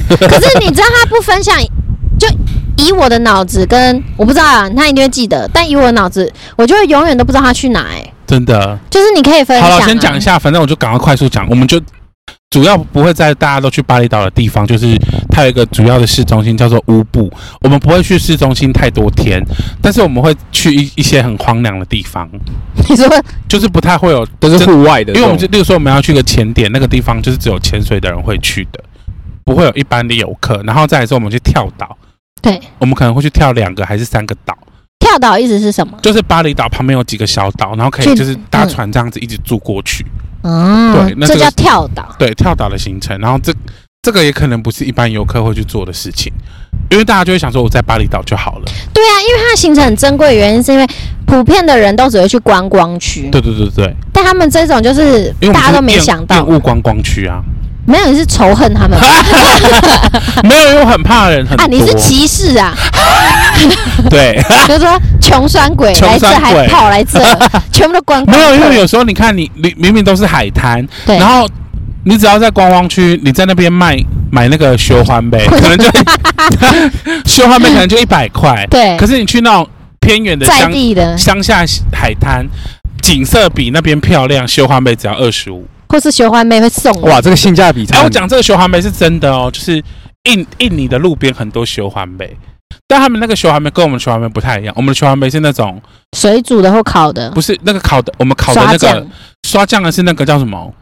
S2: 可是你知道他不分享，就以我的脑子跟我不知道啊，他一定会记得，但以我的脑子，我就会永远都不知道他去哪、欸。
S1: 真的。
S2: 就是你可以分
S1: 好
S2: 享、啊。
S1: 了，先讲一下，反正我就赶快快速讲，我们就主要不会在大家都去巴厘岛的地方，就是它有一个主要的市中心叫做乌布，我们不会去市中心太多天，但是我们会去一一些很荒凉的地方，
S2: 你说
S1: 就是不太会有，
S3: 都是户外的
S1: 因
S3: 这种，
S1: 为我们就例如说我们要去个潜点，那个地方就是只有潜水的人会去的，不会有一般的游客。然后再来说我们去跳岛，
S2: 对，
S1: 我们可能会去跳两个还是三个岛，
S2: 跳岛意思是什么？
S1: 就是巴厘岛旁边有几个小岛，然后可以
S2: 去
S1: 就是搭船这样子一直住过去。
S2: 哦
S1: 对，那
S2: 这
S1: 这个
S2: 叫
S1: 是
S2: 跳岛。
S1: 对跳岛的行程，然后这这个也可能不是一般游客会去做的事情，因为大家就会想说我在巴厘岛就好了。
S2: 对啊，因为它的行程很珍贵，的原因是因为普遍的人都只会去观光区，
S1: 对对对对，
S2: 但他们这种就是
S1: 因为我们
S2: 大家都没
S1: 就是厌
S2: 想到
S1: 厌，恶观光区啊，
S2: 没有你是仇恨他 们啊，
S1: 没有，因为我很怕人很多。
S2: 你是歧 视啊，
S1: 对，
S2: 比如说穷酸鬼
S1: 穷
S2: 来这
S1: 酸
S2: 还
S1: 鬼
S2: 跑来 这，全部都观光
S1: 没
S2: 客。
S1: 有，因为有时候你看你你明明都是海滩，
S2: 对
S1: 然后你只要在观光区，你在那边卖买那个修欢 杯，可能就修欢杯可能就一 百块，
S2: 对
S1: 可是你去那种偏远的
S2: 在
S1: 乡
S2: 地的
S1: 乡下海滩，景色比那边漂亮，修花妹只要二十五。
S2: 或是学欢妹会送我。
S3: 哇，这个性价比差
S1: 哎、
S3: 很。
S1: 我讲这个修花妹是真的哦，就是印印尼的路边很多修花妹，但他们那个修花妹跟我们的修花妹不太一样，我们的修花妹是那种
S2: 水煮的或烤的，
S1: 不是那个烤的，我们烤的
S2: 刷
S1: 那
S2: 酱
S1: 个，刷酱的是那个叫什么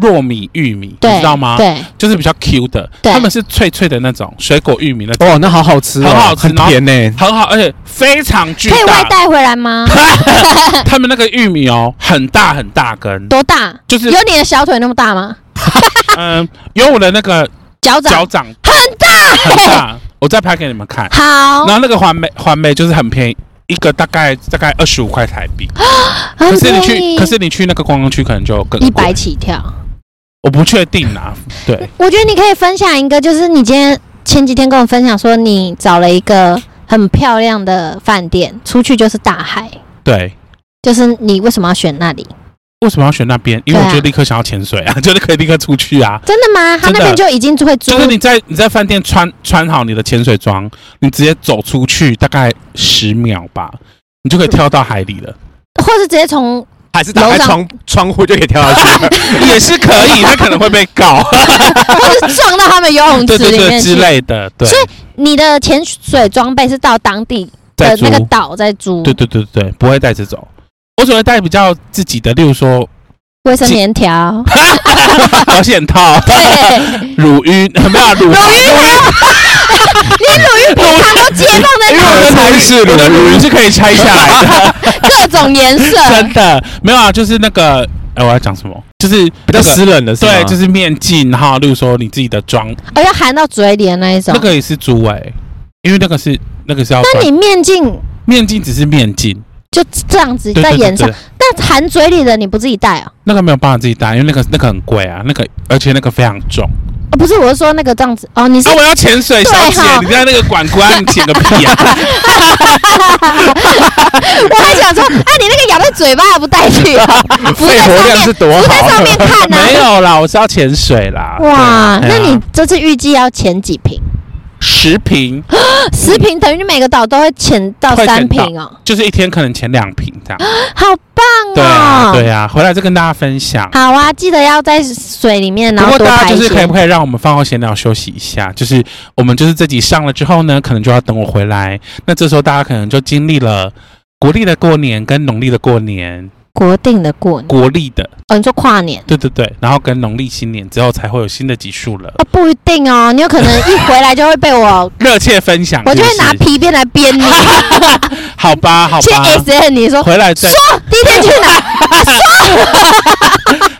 S1: 糯米玉米，你
S2: 对，
S1: 知道吗？
S2: 对，
S1: 就是比较 Q 的，
S2: 对
S1: 他们是脆脆的那种水果玉米那种，
S3: 哇，那好好吃哦，
S1: 很好吃
S3: 很
S1: 然后
S3: 甜呢。
S1: 很好，而且非常巨
S2: 可以外
S1: 大。
S2: 带回来吗？
S1: 他们那个玉米哦，很大很大根，
S2: 多大？
S1: 就是
S2: 有你的小腿那么大吗？
S1: 嗯，有我的那个
S2: 脚掌
S1: 脚掌很大很大，我再拍给你们看。
S2: 好
S1: 然，后那个环美环美就是很便宜，一个大概大概二十五块台币。
S2: 很
S1: 可是你
S2: 便宜
S1: 去，可是你去那个观光区可能就更
S2: 一百
S1: 贵，
S2: 起跳。
S1: 我不确定啊。对，
S2: 我觉得你可以分享一个，就是你今天前几天跟我分享说，你找了一个很漂亮的饭店，出去就是大海，
S1: 对。
S2: 就是你为什么要选那里？
S1: 为什么要选那边？因为
S2: 对啊
S1: 我就立刻想要潜水啊， 就是可以立刻出去啊。
S2: 真的吗？他
S1: 真的
S2: 那边就已经会租
S1: 就是你在你在饭店穿穿好你的潜水装，你直接走出去大概十秒吧，你就可以跳到海 里了，
S2: 或是直接从
S3: 还是打开
S2: 楼上
S3: 窗窗户就可以跳 下去，
S1: 也是可以，那可能会被 告，
S2: 或是撞到他们游泳池
S1: 对对
S2: 里面
S1: 对
S2: 去
S1: 之。类的，对
S2: 所，以你的潜水装备是到当地
S1: 在
S2: 的
S1: 租
S2: 呃那，个岛在租，
S1: 对对对对，不会带着走。我只会带比较自己的，例如 说
S2: 卫生 棉条，
S1: 保险 套、
S2: 对，
S1: 乳晕， 没有啊 乳
S2: 乳晕还啊 有，连乳晕平常都解放在
S1: 因为
S2: 脑
S1: 我的
S3: 才
S1: 乳
S3: 是
S1: 我 的乳
S3: 乳
S1: 晕
S3: 晕
S1: 是可以拆下来 的，
S2: 各种颜色，
S1: 真的没有啊，就是那个，哎、我要讲什么？就是
S3: 比较
S1: 那个
S3: 湿冷的是吗
S1: 对，就是面镜，然后例如说你自己的妆，
S2: 而要哎含到嘴里的那一种
S1: 那。个也是猪哎、因为那个是那个是要
S2: 那
S1: 端
S2: 你面镜
S1: 面镜只是面镜，
S2: 就这样子
S1: 对
S2: 在
S1: 对对
S2: 眼上
S1: 对，，
S2: 但含嘴里的你不自己戴哦。
S1: 啊那个没有办法自己戴，因为那个那个很贵啊，那个而且那个非常重，
S2: 哦，不是，我是说那个这样子哦，你是
S1: 啊，我要潜水，
S2: 对
S1: 小姐
S2: 哈，
S1: 你在那个管管，你潜个屁啊！
S2: 我还 想说，啊，你那个咬在嘴巴还不带去啊？浮在
S3: 肺
S2: 上
S3: 活量
S2: 面，
S3: 是多
S2: 浮在上
S3: 好。
S2: 面看呢、
S1: 没有啦，我是要潜水啦。
S2: 哇，
S1: 对
S2: 那
S1: 啊
S2: 你这次预计要潜几 瓶？
S1: 十瓶
S2: 十瓶等于每个岛都会潜到
S1: 会潜
S2: 三瓶哦，
S1: 就是一天可能潜两瓶 这样。
S2: 好
S1: 对
S2: 棒
S1: 啊，
S2: 哦！
S1: 对啊，回来再跟大家分享。
S2: 好啊，记得要在水里面，然
S1: 不过
S2: 后多
S1: 大家
S2: 排
S1: 就
S2: 一
S1: 是
S2: 些。
S1: 可以不可以让我们饭后闲聊休息一下？就是我们就是自己上了之后呢，可能就要等我回来。那这时候大家可能就经历了国历的过年跟农历的过
S2: 嗯
S1: 年，
S2: 国定的过年，
S1: 国历的
S2: 哦，你说跨年
S1: 对对对，然后跟农历新年之后才会有新的集数了。
S2: 哦，不一定哦，你有可能一回来就会被我，
S1: 热切分享是
S2: 我
S1: 不是，
S2: 就会拿皮鞭来 鞭你，
S1: 好吧，好
S2: 切
S1: 吧，
S2: S N，你说
S1: 回来再
S2: 说第一天去哪？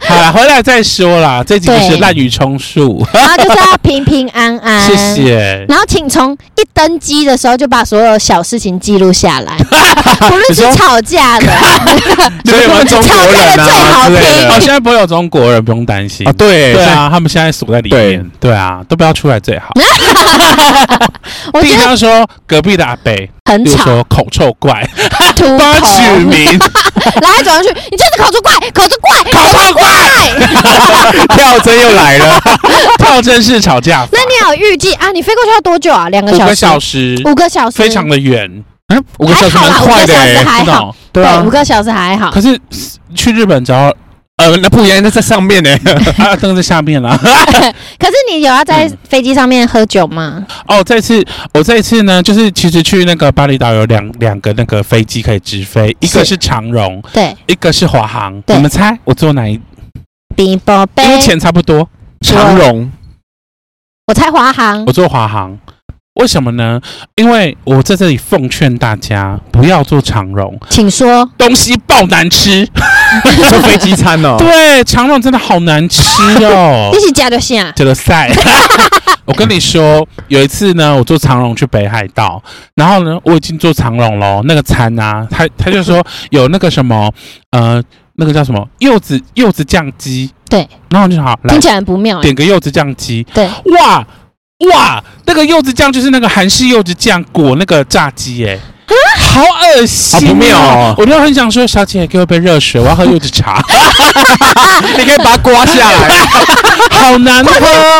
S1: 好啦，回来再说啦。这集就
S2: 对嗯
S1: 是滥竽充数，
S2: 然后就是要平平安安。
S1: 谢。谢。
S2: 然后请从一登机的时候就把所有小事情记录 下来，不论
S1: 你
S2: 是
S1: 说
S2: 吵架的，
S3: 所以我们中国
S2: 吵架
S3: 人
S2: 的最
S3: 啊
S2: 好哦
S3: 之类
S2: 听
S1: 哦，
S3: 的
S1: 现在不会有中国人，不用担心
S3: 啊，。对
S1: 对， 啊，他们现在锁在里面。对啊，都不要出来最好。
S2: 我
S1: 比
S2: 觉得
S1: 方说隔壁的阿伯，
S2: 很
S1: 比如
S2: 吵，
S1: 说口臭怪，
S2: 秃头，
S1: 帮他取
S2: 然
S1: 名
S2: 后走上去，你就是口出怪，口出怪，
S1: 口臭 怪，
S3: 现在跳针又来 了，
S1: 跳针式吵架法，
S2: 那你有预计啊？你飞过去要多久啊？两个
S1: 五
S2: 小
S1: 个
S2: 时，
S1: 小时，
S2: 五个小时，
S1: 非常的远，
S3: 嗯，五个小时
S2: 还
S3: 蛮
S2: 好啦
S3: 快的
S2: 五个小时
S3: 欸，
S2: 还好
S1: 不懂。
S3: 对啊
S2: 五，个小时还好
S1: 可。是去日本只 要
S3: 呃，那不一样，那在上面呢，
S1: 啊灯在下面 啦。
S2: 可是你有要在飞机上面喝酒吗？
S1: 哦，这次我这次呢，就是其实去那个巴厘岛有两两个那个飞机可以直飞，一个
S2: 是
S1: 是长荣，
S2: 对，
S1: 一个是华航。
S2: 对
S1: 你们猜我坐哪一？
S2: 比宝贝
S1: 因，为钱差不多，
S2: 嗯
S3: 长荣
S2: 我猜华航
S1: 我坐华航。为什么呢？因为我在这里奉劝大家不要坐长荣，
S2: 请说。
S1: 东西爆难吃。
S3: 坐飞机餐哦，
S1: 对，长荣真的好难吃 哦
S2: 一。起加就行啊！
S1: 这个赛， 我跟你说，有一次呢，我坐长荣去北海道，然后呢，我已经坐长荣喽，那个餐啊，他他就说有那个什么，呃，那个叫什么柚子柚子酱鸡，
S2: 对，
S1: 然后我就想好来哦
S2: 听起来很不妙哎、
S1: 点个柚子酱鸡，
S2: 对，
S1: 哇哇，那个柚子酱就是那个韩式柚子酱裹那个炸鸡、欸，
S2: 啊
S1: 好恶心、
S3: 好不妙哦
S1: 我就很想说，小姐给我一杯热水，我要喝柚子 茶，
S3: 你可以把它刮下来，
S1: 好难喝，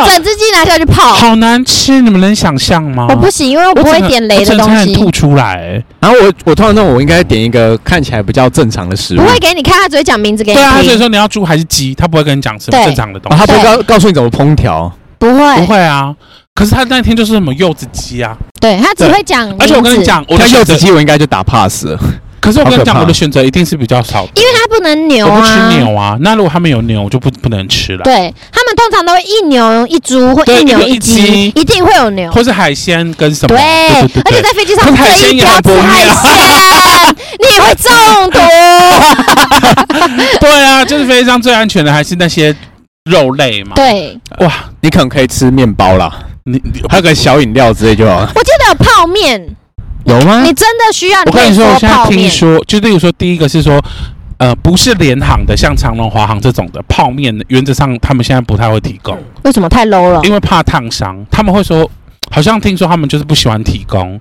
S2: 整只鸡拿下去泡，
S1: 好难吃，你们能想象吗？
S2: 我不行，因为我
S1: 我
S2: 不会
S1: 整个
S2: 点雷
S1: 我
S2: 的
S1: 整个
S2: 东
S1: 差
S2: 西
S1: 点，吐出来、欸
S3: 然后我我通常那种我应该点一个看起来比较正常的食物
S2: 不，会给你看，他只会讲名字给你
S1: 对啊，他所以
S2: 听，
S1: 说你要猪还是鸡，他不会跟你讲什么
S2: 对哦
S1: 正常的东西
S3: 然哦后，他不会
S2: 对
S3: 告告诉你怎么烹调，
S2: 不
S1: 不
S2: 会，
S1: 会啊。可是他那天就是什么柚子鸡啊，
S2: 对他只
S1: 对
S2: 会讲，
S1: 而且我跟你，讲，我的
S3: 像柚
S1: 柚
S3: 子
S1: 子鸡，
S3: 鸡我应该就打 pass 了，
S1: 可是我跟你讲，
S3: 好可怕
S1: 我的选择一定是比较少的，
S2: 因为他不能牛
S1: 我不
S2: 啊，
S1: 吃牛啊。那如果他们有牛，我就不不能吃了。
S2: 对他们通常都会一牛一猪或
S1: 对
S2: 一牛
S1: 一个一
S2: 鸡，
S1: 鸡
S2: 一定会有牛。
S1: 或是海鲜跟什么？
S2: 对
S1: 对对，
S2: 而且
S1: 对
S2: 在飞机上
S1: 可是海
S2: 特
S1: 鲜
S2: 意
S1: 也
S2: 标
S1: 很
S2: 吃
S1: 不
S2: 海
S1: 妙
S2: 鲜， 你也会中 毒。
S1: 对啊，就是飞机上最安全的还是那些肉类嘛。，
S2: 对，
S1: 哇，
S3: 你可能可以吃面包啦，
S1: 你你
S3: 还有个小饮料之类就好了，
S2: 我记得有泡面，
S3: 有吗
S2: 你真的需要，
S1: 嗯我
S2: 可
S1: 跟
S2: 以
S1: 你说，我现在
S2: 泡
S1: 听
S2: 面。
S1: 说，就例如说，第一个是说，呃，不是联航的，像长龙、华航这种的泡面，原则上他们现在不太会提供，
S2: 为什么太 low 了？
S1: 因为怕烫伤。他们会说，好像听说他们就是不喜欢提供，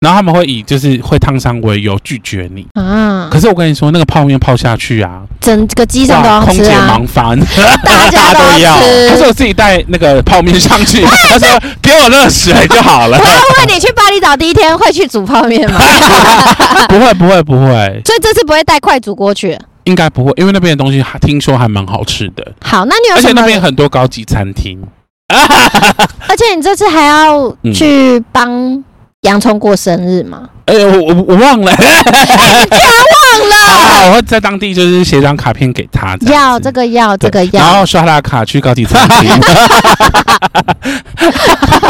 S1: 然后他们会以就是会烫伤为由拒绝你。
S2: 啊
S1: 可，是我跟你说，那个泡面泡下去啊，
S2: 整个机上都
S1: 哇，
S2: 要
S1: 空
S2: 吃
S1: 姐
S2: 啊，
S1: 忙翻。
S2: 大家
S3: 大家都要
S2: 吃
S1: 可是我哦自己带那个泡面上 去，他说给我热水就好了
S2: 我。要问你，去巴厘岛第一天会去煮泡 面吗？
S1: 不会不会不会，
S2: 所以这次不会带快煮锅去。
S1: 应该不会，因为那边的东西还听说还蛮好吃的，
S2: 好，那你有
S1: 而且
S2: 什么
S1: 那？边很多高级餐厅。
S2: 而且你这次还要去帮洋葱过生日 吗？
S1: 哎、我我我忘了，
S2: 忘了，
S1: 啊，我会在当地就是写张卡片给他，这样
S2: 要
S1: 子
S2: 这个要这
S1: 对
S2: 个
S1: 然
S2: 要，
S1: 后刷他的卡去高级餐 厅，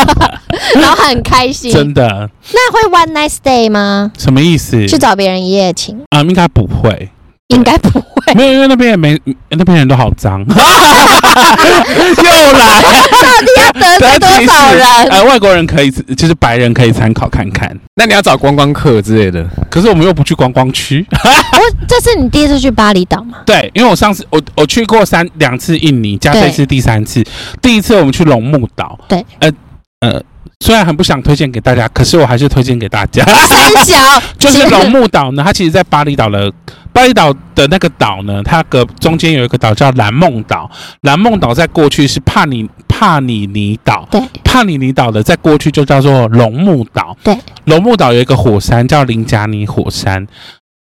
S2: 然后很开心。
S1: 真的嗯
S2: 那会 one night stay 吗？
S1: 什么意思？嗯
S2: 去找别人一夜情？
S1: 啊、应该不会，
S2: 应该不会。
S1: 没有，因为那边也没，那边人都好 脏。
S3: 又来。
S2: 到底要得罪 多少人？
S1: 呃，外国人可以，就是白人可以参考看看。
S3: 那你要找观光客之类的，
S1: 可是我们又不去观光区。
S2: 我这是你第一次去巴厘岛 吗？
S1: 对，因为我上次我我去过三两次印尼，加这次第三次。第一次我们去龙目岛。
S2: 对，
S1: 呃呃，虽然很不想推荐给大家，可是我还是推荐给大家。
S2: 三小
S1: 就是 龙目岛呢，它其实在巴厘岛的巴厘岛的那个岛呢，它个中间有一个岛叫蓝梦岛，蓝梦岛在过去是帕尼帕尼尼岛，
S2: 对
S1: 帕尼尼岛的在过去就叫做龙目岛，
S2: 对，
S1: 龙目岛有一个火山叫林加尼火山，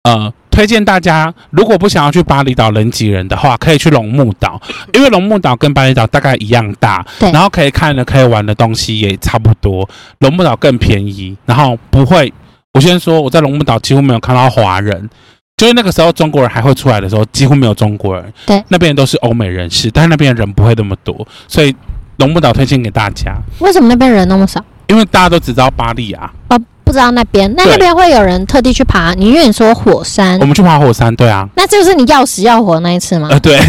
S1: 呃。推荐大家，如果不想要去巴厘岛人挤人的话，可以去龙目岛，因为龙目岛跟巴厘岛大概一样大，
S2: 对
S1: 然后可以看的、可以玩的东西也差不多。龙目岛更便宜，然后不会我先说，我在龙目岛几乎没有看到华人，就是那个时候中国人还会出来的时候，几乎没有中国人。
S2: 对
S1: 那边都是欧美人士，但是那边人不会那么多，所以龙目岛推荐给大家，
S2: 为什么那边人那么少？
S1: 因为大家都只知道巴黎啊。
S2: 哦，不知道那边，那
S1: 对
S2: 那边会有人特地去爬？你愿意说火山
S1: 我？们去爬火山，对啊，
S2: 那就是你要死要活那一次吗？
S1: 呃，对。
S2: 嗯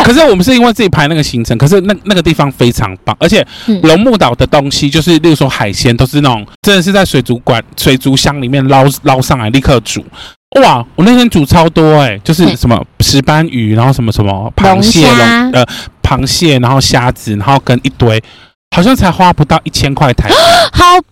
S1: 可是我们是因为自己排那个行程，可是那那个地方非常棒，而且
S2: 嗯
S1: 龙目岛的东西就是，例如说海鲜，都是那种真的是在水族馆、水族箱里面捞捞上来立刻煮。哇，我那天煮超多哎、就是
S2: 对
S1: 什么石斑鱼，然后什么什么螃蟹、
S2: 龙
S1: 龙
S2: 虾
S1: 呃螃蟹，然后虾子，然后跟一堆，好像才花不到一千块台币，
S2: 好
S1: 真
S2: 棒
S1: 的。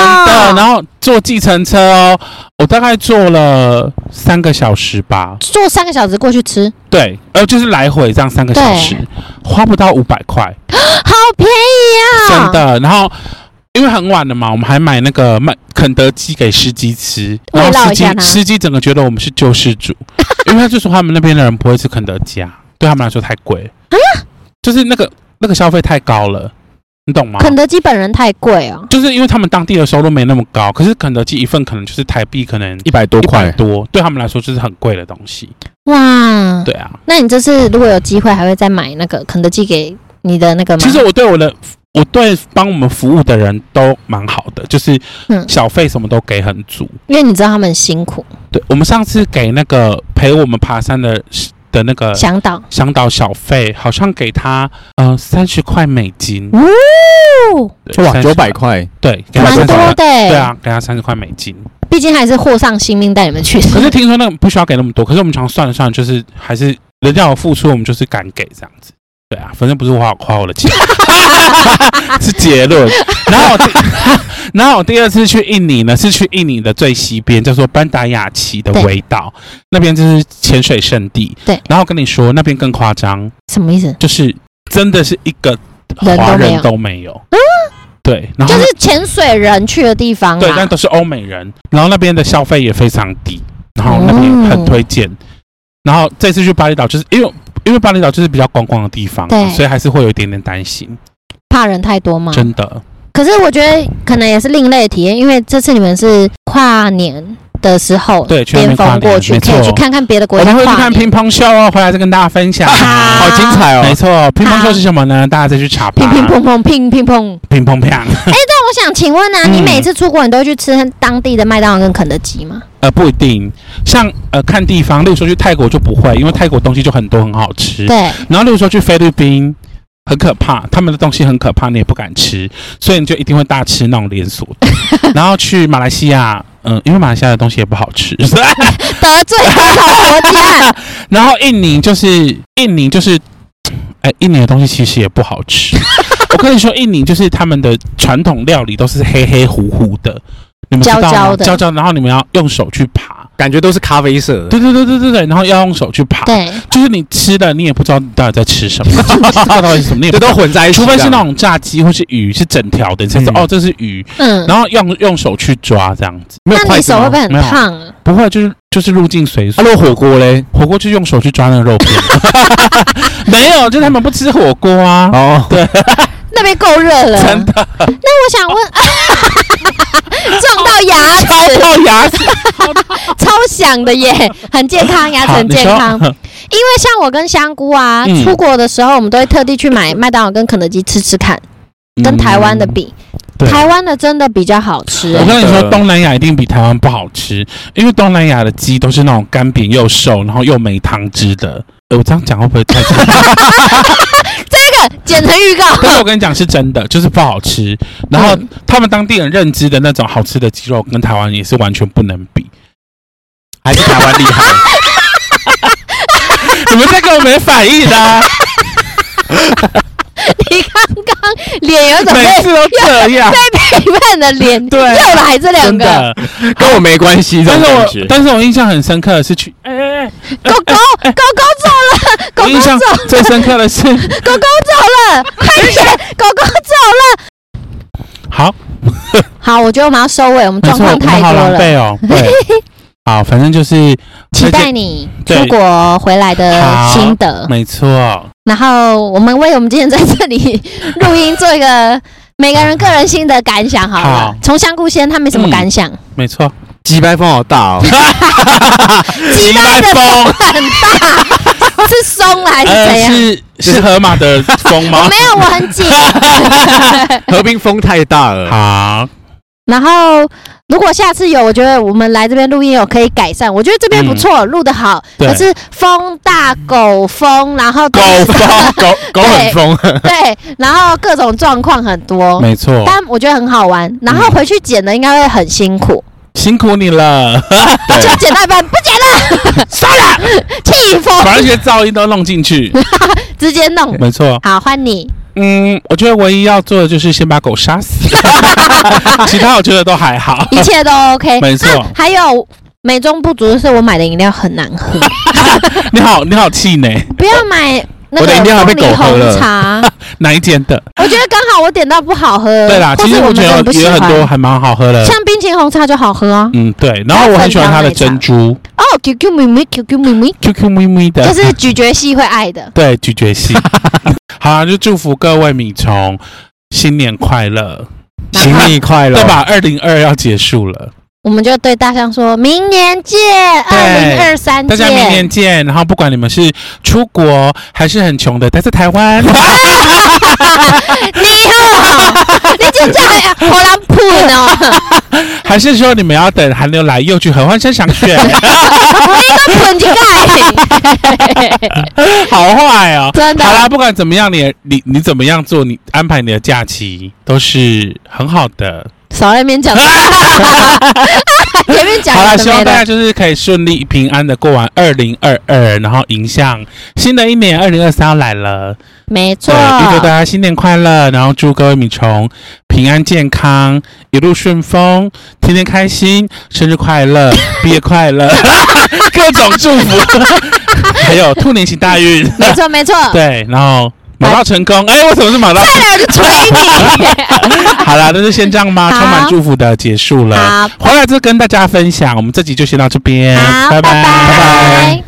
S2: 哦！
S1: 然后坐计程车哦，我大概坐了三个小时吧，
S2: 坐三个小时过去吃，
S1: 对，呃，就是来回这样三个小时，花不到五百块，
S2: 好便宜啊！
S1: 真，的。然后因为很晚了嘛，我们还买那个麦肯德基给司机吃，然
S2: 慰劳
S1: 后司
S2: 一下
S1: 机
S2: 他
S1: 司机整个觉得我们是救世 主，因为他就说他们那边的人不会吃肯德基啊，对他们来说太贵，
S2: 啊
S1: 就是那个那个消费太高了，你懂吗？
S2: 肯德基本人太贵哦。
S1: 就是因为他们当地的收入没那么高，可是肯德基一份可能就是台币可能
S3: 一百多
S1: 一百
S3: 块，
S1: 多，对他们来说就是很贵的东西。
S2: 哇，
S1: 对啊，
S2: 那你这次如果有机会，还会再买那个肯德基给你的那个吗？
S1: 其实我对我的我对帮我们服务的人都蛮好的，就是
S2: 嗯
S1: 小费什么都给很足。
S2: 因为你知道他们很辛苦，
S1: 对我们上次给那个陪我们爬山的的那个
S2: 想到
S1: 向导小费，好像给他呃三十块美金，
S2: 哦，
S1: 对
S3: 哇，
S1: 30
S3: 九百块，
S1: 对，给他
S2: 蛮
S1: 三十
S2: 多
S1: 块
S2: 的。。对
S1: 对，啊，给他三十块美金。
S2: 毕竟还是货上性命带你们去。
S1: 可是听说那个不需要给那么多，可是我们常算了算了，就是还是人家有付出，我们就是敢给这样子。对啊，反正不是花花我的钱， 是结论。然后我第，然后我第二次去印尼呢，是去印尼的最西边，叫做班达雅奇的围岛，那边就是潜水圣地。
S2: 对
S1: 然后跟你说，那边更夸张，
S2: 什么意思？
S1: 就是真的是一个
S2: 人
S1: 华
S2: 都没
S1: 人
S2: 有，
S1: 都没有。嗯对，然后
S2: 就是潜水人去的地方啊
S1: 对，但
S2: 啦。
S1: 都是欧美人，然后那边的消费也非常低，然后那边也很推荐。
S2: 哦
S1: 然后这次去巴厘岛，就是因为因为巴厘岛就是比较观光的地方
S2: 对，嗯
S1: 所以还是会有一点点担心，
S2: 怕人太多吗？
S1: 真的。
S2: 可是我觉得可能也是另类的体验，因为这次你们是跨年的时候
S1: 对去那边
S2: 巅
S1: 跨
S2: 峰
S1: 年
S2: 过去，
S1: 没
S2: 可以
S1: 错
S2: 去看看别的
S1: 我
S2: 国家
S1: 们会去
S2: 跨
S1: 看乒
S2: 年。
S1: 乓球哦，回来再跟大家分享。
S2: 好
S3: 好精彩
S1: 没
S3: 哦！
S1: 错，乒乓球是什么呢？大家再去查吧。
S2: 乒乒乓乓，乒乒乓。
S1: 乒乓乓，
S2: 那我想请问啊，
S1: 嗯
S2: 你每次出国，你都会去吃当地的麦当劳跟肯德基吗？
S1: 呃，不一定。像呃，看地方，例如说去泰国就不会，因为泰国东西就很多，很好吃。
S2: 对，
S1: 然后例如说去菲律宾，很可怕，他们的东西很可怕，你也不敢吃，所以你就一定会大吃那种连锁 的。然后去马来西亚，嗯、因为马来西亚的东西也不好吃。
S2: 得罪多少国家？
S1: 然后印尼就是印尼就是，哎，印尼的东西其实也不好 吃。我跟你说，印尼就是他们的传统料理都是黑黑糊糊的，你们知道吗
S2: 焦焦的嗯
S1: 焦焦，然后你们要用手去扒。
S3: 感觉都是咖啡色的，
S1: 对对对对对对，然后要用手去扒。
S2: 对，
S1: 就是你吃的，你也不知道你到底在吃 什么， 这个到底是什么，你也不
S3: 哎这
S1: 知道
S3: 都混在一起，
S1: 除非是那，种炸鸡或是鱼是整条的，你才知道、
S3: 嗯
S1: 哦这是鱼，
S2: 嗯，
S1: 然后用用手去抓这样子，
S3: 没有
S2: 那
S3: 筷
S2: 你
S3: 子
S2: 手会
S3: 吗
S2: 不？会很
S1: 没有
S2: 烫哦啊？
S1: 不会就是就是入境随俗。
S3: 啊，如果火锅嘞？
S1: 火锅就用手去抓那个肉片， 没有，就是他们不吃火锅啊。
S3: 哦，对，
S2: 那边够热了，
S1: 真
S2: 的。 那我想问， 撞到哦牙齿，
S1: 掏到牙齿，
S2: 超响的耶，很健康，牙齿
S1: 好
S2: 很
S1: 你
S2: 健
S1: 说
S2: 康。因为像我跟香菇啊，
S1: 嗯嗯
S2: 出国的时候，我们都会特地去买麦当劳跟肯德基吃吃看，跟台湾的比。
S3: 对
S2: 台湾的真的比较好吃、
S1: 我
S2: 欸
S1: 跟你说
S3: 真，的
S1: 东南亚一定比台湾不好吃，因为东南亚的鸡都是那种干扁又瘦，然后又没汤汁的。诶我这样讲会不会太 残忍？
S2: 剪成 预告。
S1: 但是我跟你讲是真的，就是不好吃。然后
S2: 嗯
S1: 他们当地人认知的那种好吃的鸡肉，跟台湾也是完全不能比，还是台湾厉 害。你们在跟我没反应 啊？
S2: 你刚刚脸有种
S1: 每
S2: 被
S1: 次都这样，
S2: 批判的脸，
S1: 啊对啊
S2: 又来这 两
S1: 真
S2: 个
S1: 的。
S3: 跟我没关系，这
S1: 但
S3: 种
S1: 是
S3: 感
S1: 我
S3: 觉。
S1: 但是我印象很深刻的是去，哎哎哎
S2: 狗狗狗狗走了，
S1: 我
S2: 狗狗
S1: 印象
S2: 走，
S1: 最深刻的 是，
S2: 狗狗走了，快点，狗狗走了。
S1: 好，
S2: 好，我觉得我们要收尾，我们
S1: 没
S2: 状
S1: 错，我
S2: 况
S1: 们
S2: 太多
S1: 好狼
S2: 了。
S1: 狈哦。对， 好，反正就是
S2: 期待你
S1: 对
S2: 出国回来的
S1: 好
S2: 心得。
S1: 没错，
S2: 然后我们为我们今天在这里录音做一个每个人个人心得感想好了
S1: 好。
S2: 从香菇先，他没什么感想，
S1: 没错，
S3: 鸡掰风好 大哦，
S1: 嗯
S2: 鸡巴的
S1: 急
S2: 风
S1: 风
S2: 很大，是松 了还是怎
S1: 呃，
S2: 样？
S1: 是是河马的风吗
S2: 没？有，我很 紧。
S3: 河滨风太大了。
S1: 好，
S2: 然后，如果下次有，我觉得我们来这边录音有可以改善。我觉得这边不错，录得好。
S1: 嗯对
S2: 可是风大狗风，然后
S1: 狗风，狗
S3: 狗很疯，
S2: 对，然后各种状况很多。
S1: 没错，
S2: 哦
S1: 嗯
S2: 但我觉得很好玩，然后回去剪的应该会很辛苦，啊
S1: 辛苦你 了，
S2: 就剪到一半不 剪了，算了，气
S1: 把那
S2: 疯，
S1: 些噪音都弄进去，
S2: 直接弄。
S1: 没错。
S2: 好，换你。
S1: 嗯，我觉得唯一要做的就是先把狗杀死， 其他我觉得都还好。
S2: 一切都 OK，
S1: 没错
S2: 啊还有美中不足的是，我买的饮料很难喝，
S1: 你好，你好气馁，
S2: 不要买那
S3: 我
S2: 个
S3: 的饮料还被
S2: 凤梨
S3: 狗喝了
S2: 红茶。
S1: 哪一间的？
S2: 我觉得刚好我点到不好喝，
S1: 对啦，
S2: 呃或
S1: 其
S2: 是
S1: 实
S2: 我
S1: 我
S2: 们
S1: 觉
S2: 很
S1: 得
S2: 不喜
S1: 也很
S2: 欢
S1: 多还呃蛮好喝的。
S2: 像冰淇淋红茶就好喝啊。
S1: 嗯，对。然后我很喜欢它的珍珠
S2: 哦，QQ 咪咪，QQ 咪咪，
S1: ，QQ 咪咪的，
S2: 就是咀嚼系会爱的。
S1: 对咀嚼系。 好啊，就祝福各位米虫新年快乐，
S2: 然
S3: 新
S2: 后
S3: 年快乐，
S1: 对？吧？二零二要结束了，
S2: 我们就对大象说明年见，二零二
S1: 对
S2: 三
S1: 大家明年
S2: 见。
S1: 见。然后不管你们是出国还是很穷的待在台湾，
S2: 你好，你真的 哎呀好难判哦，
S1: 还是说你们要等寒流来又去合欢山赏雪，
S2: 你个判 一盖。
S1: 好坏哦。
S2: 真的
S1: 好啦，不管怎么样，你你你怎么样做，你安排你的假期都是很好的。
S2: 少在 那边讲，前面讲
S1: 好
S2: 了
S1: 啦，
S2: 什
S1: 希
S2: 么
S1: 望大家
S2: 的？
S1: 就是可以顺利平安的过完二零二二，然后迎向新的一年二零二三来了。
S2: 没错
S1: 对，，预祝大家新年快乐，然后祝各位米虫平安健康，一路顺风，天天开心，生日快 乐，毕业快乐，各种祝福，还有兔年行大 运。
S2: 没错，没错。
S1: 对，然后马到成功。哎，为什么是马到？
S2: 快点就 捶你！
S1: 好啦，那就先这样吧，
S2: 好
S1: 充满祝福的结束了。
S2: 好，
S1: 回来就跟大家分享，我们这集就先到这边，
S2: 好，
S1: 拜
S2: 拜
S1: 拜
S2: 拜。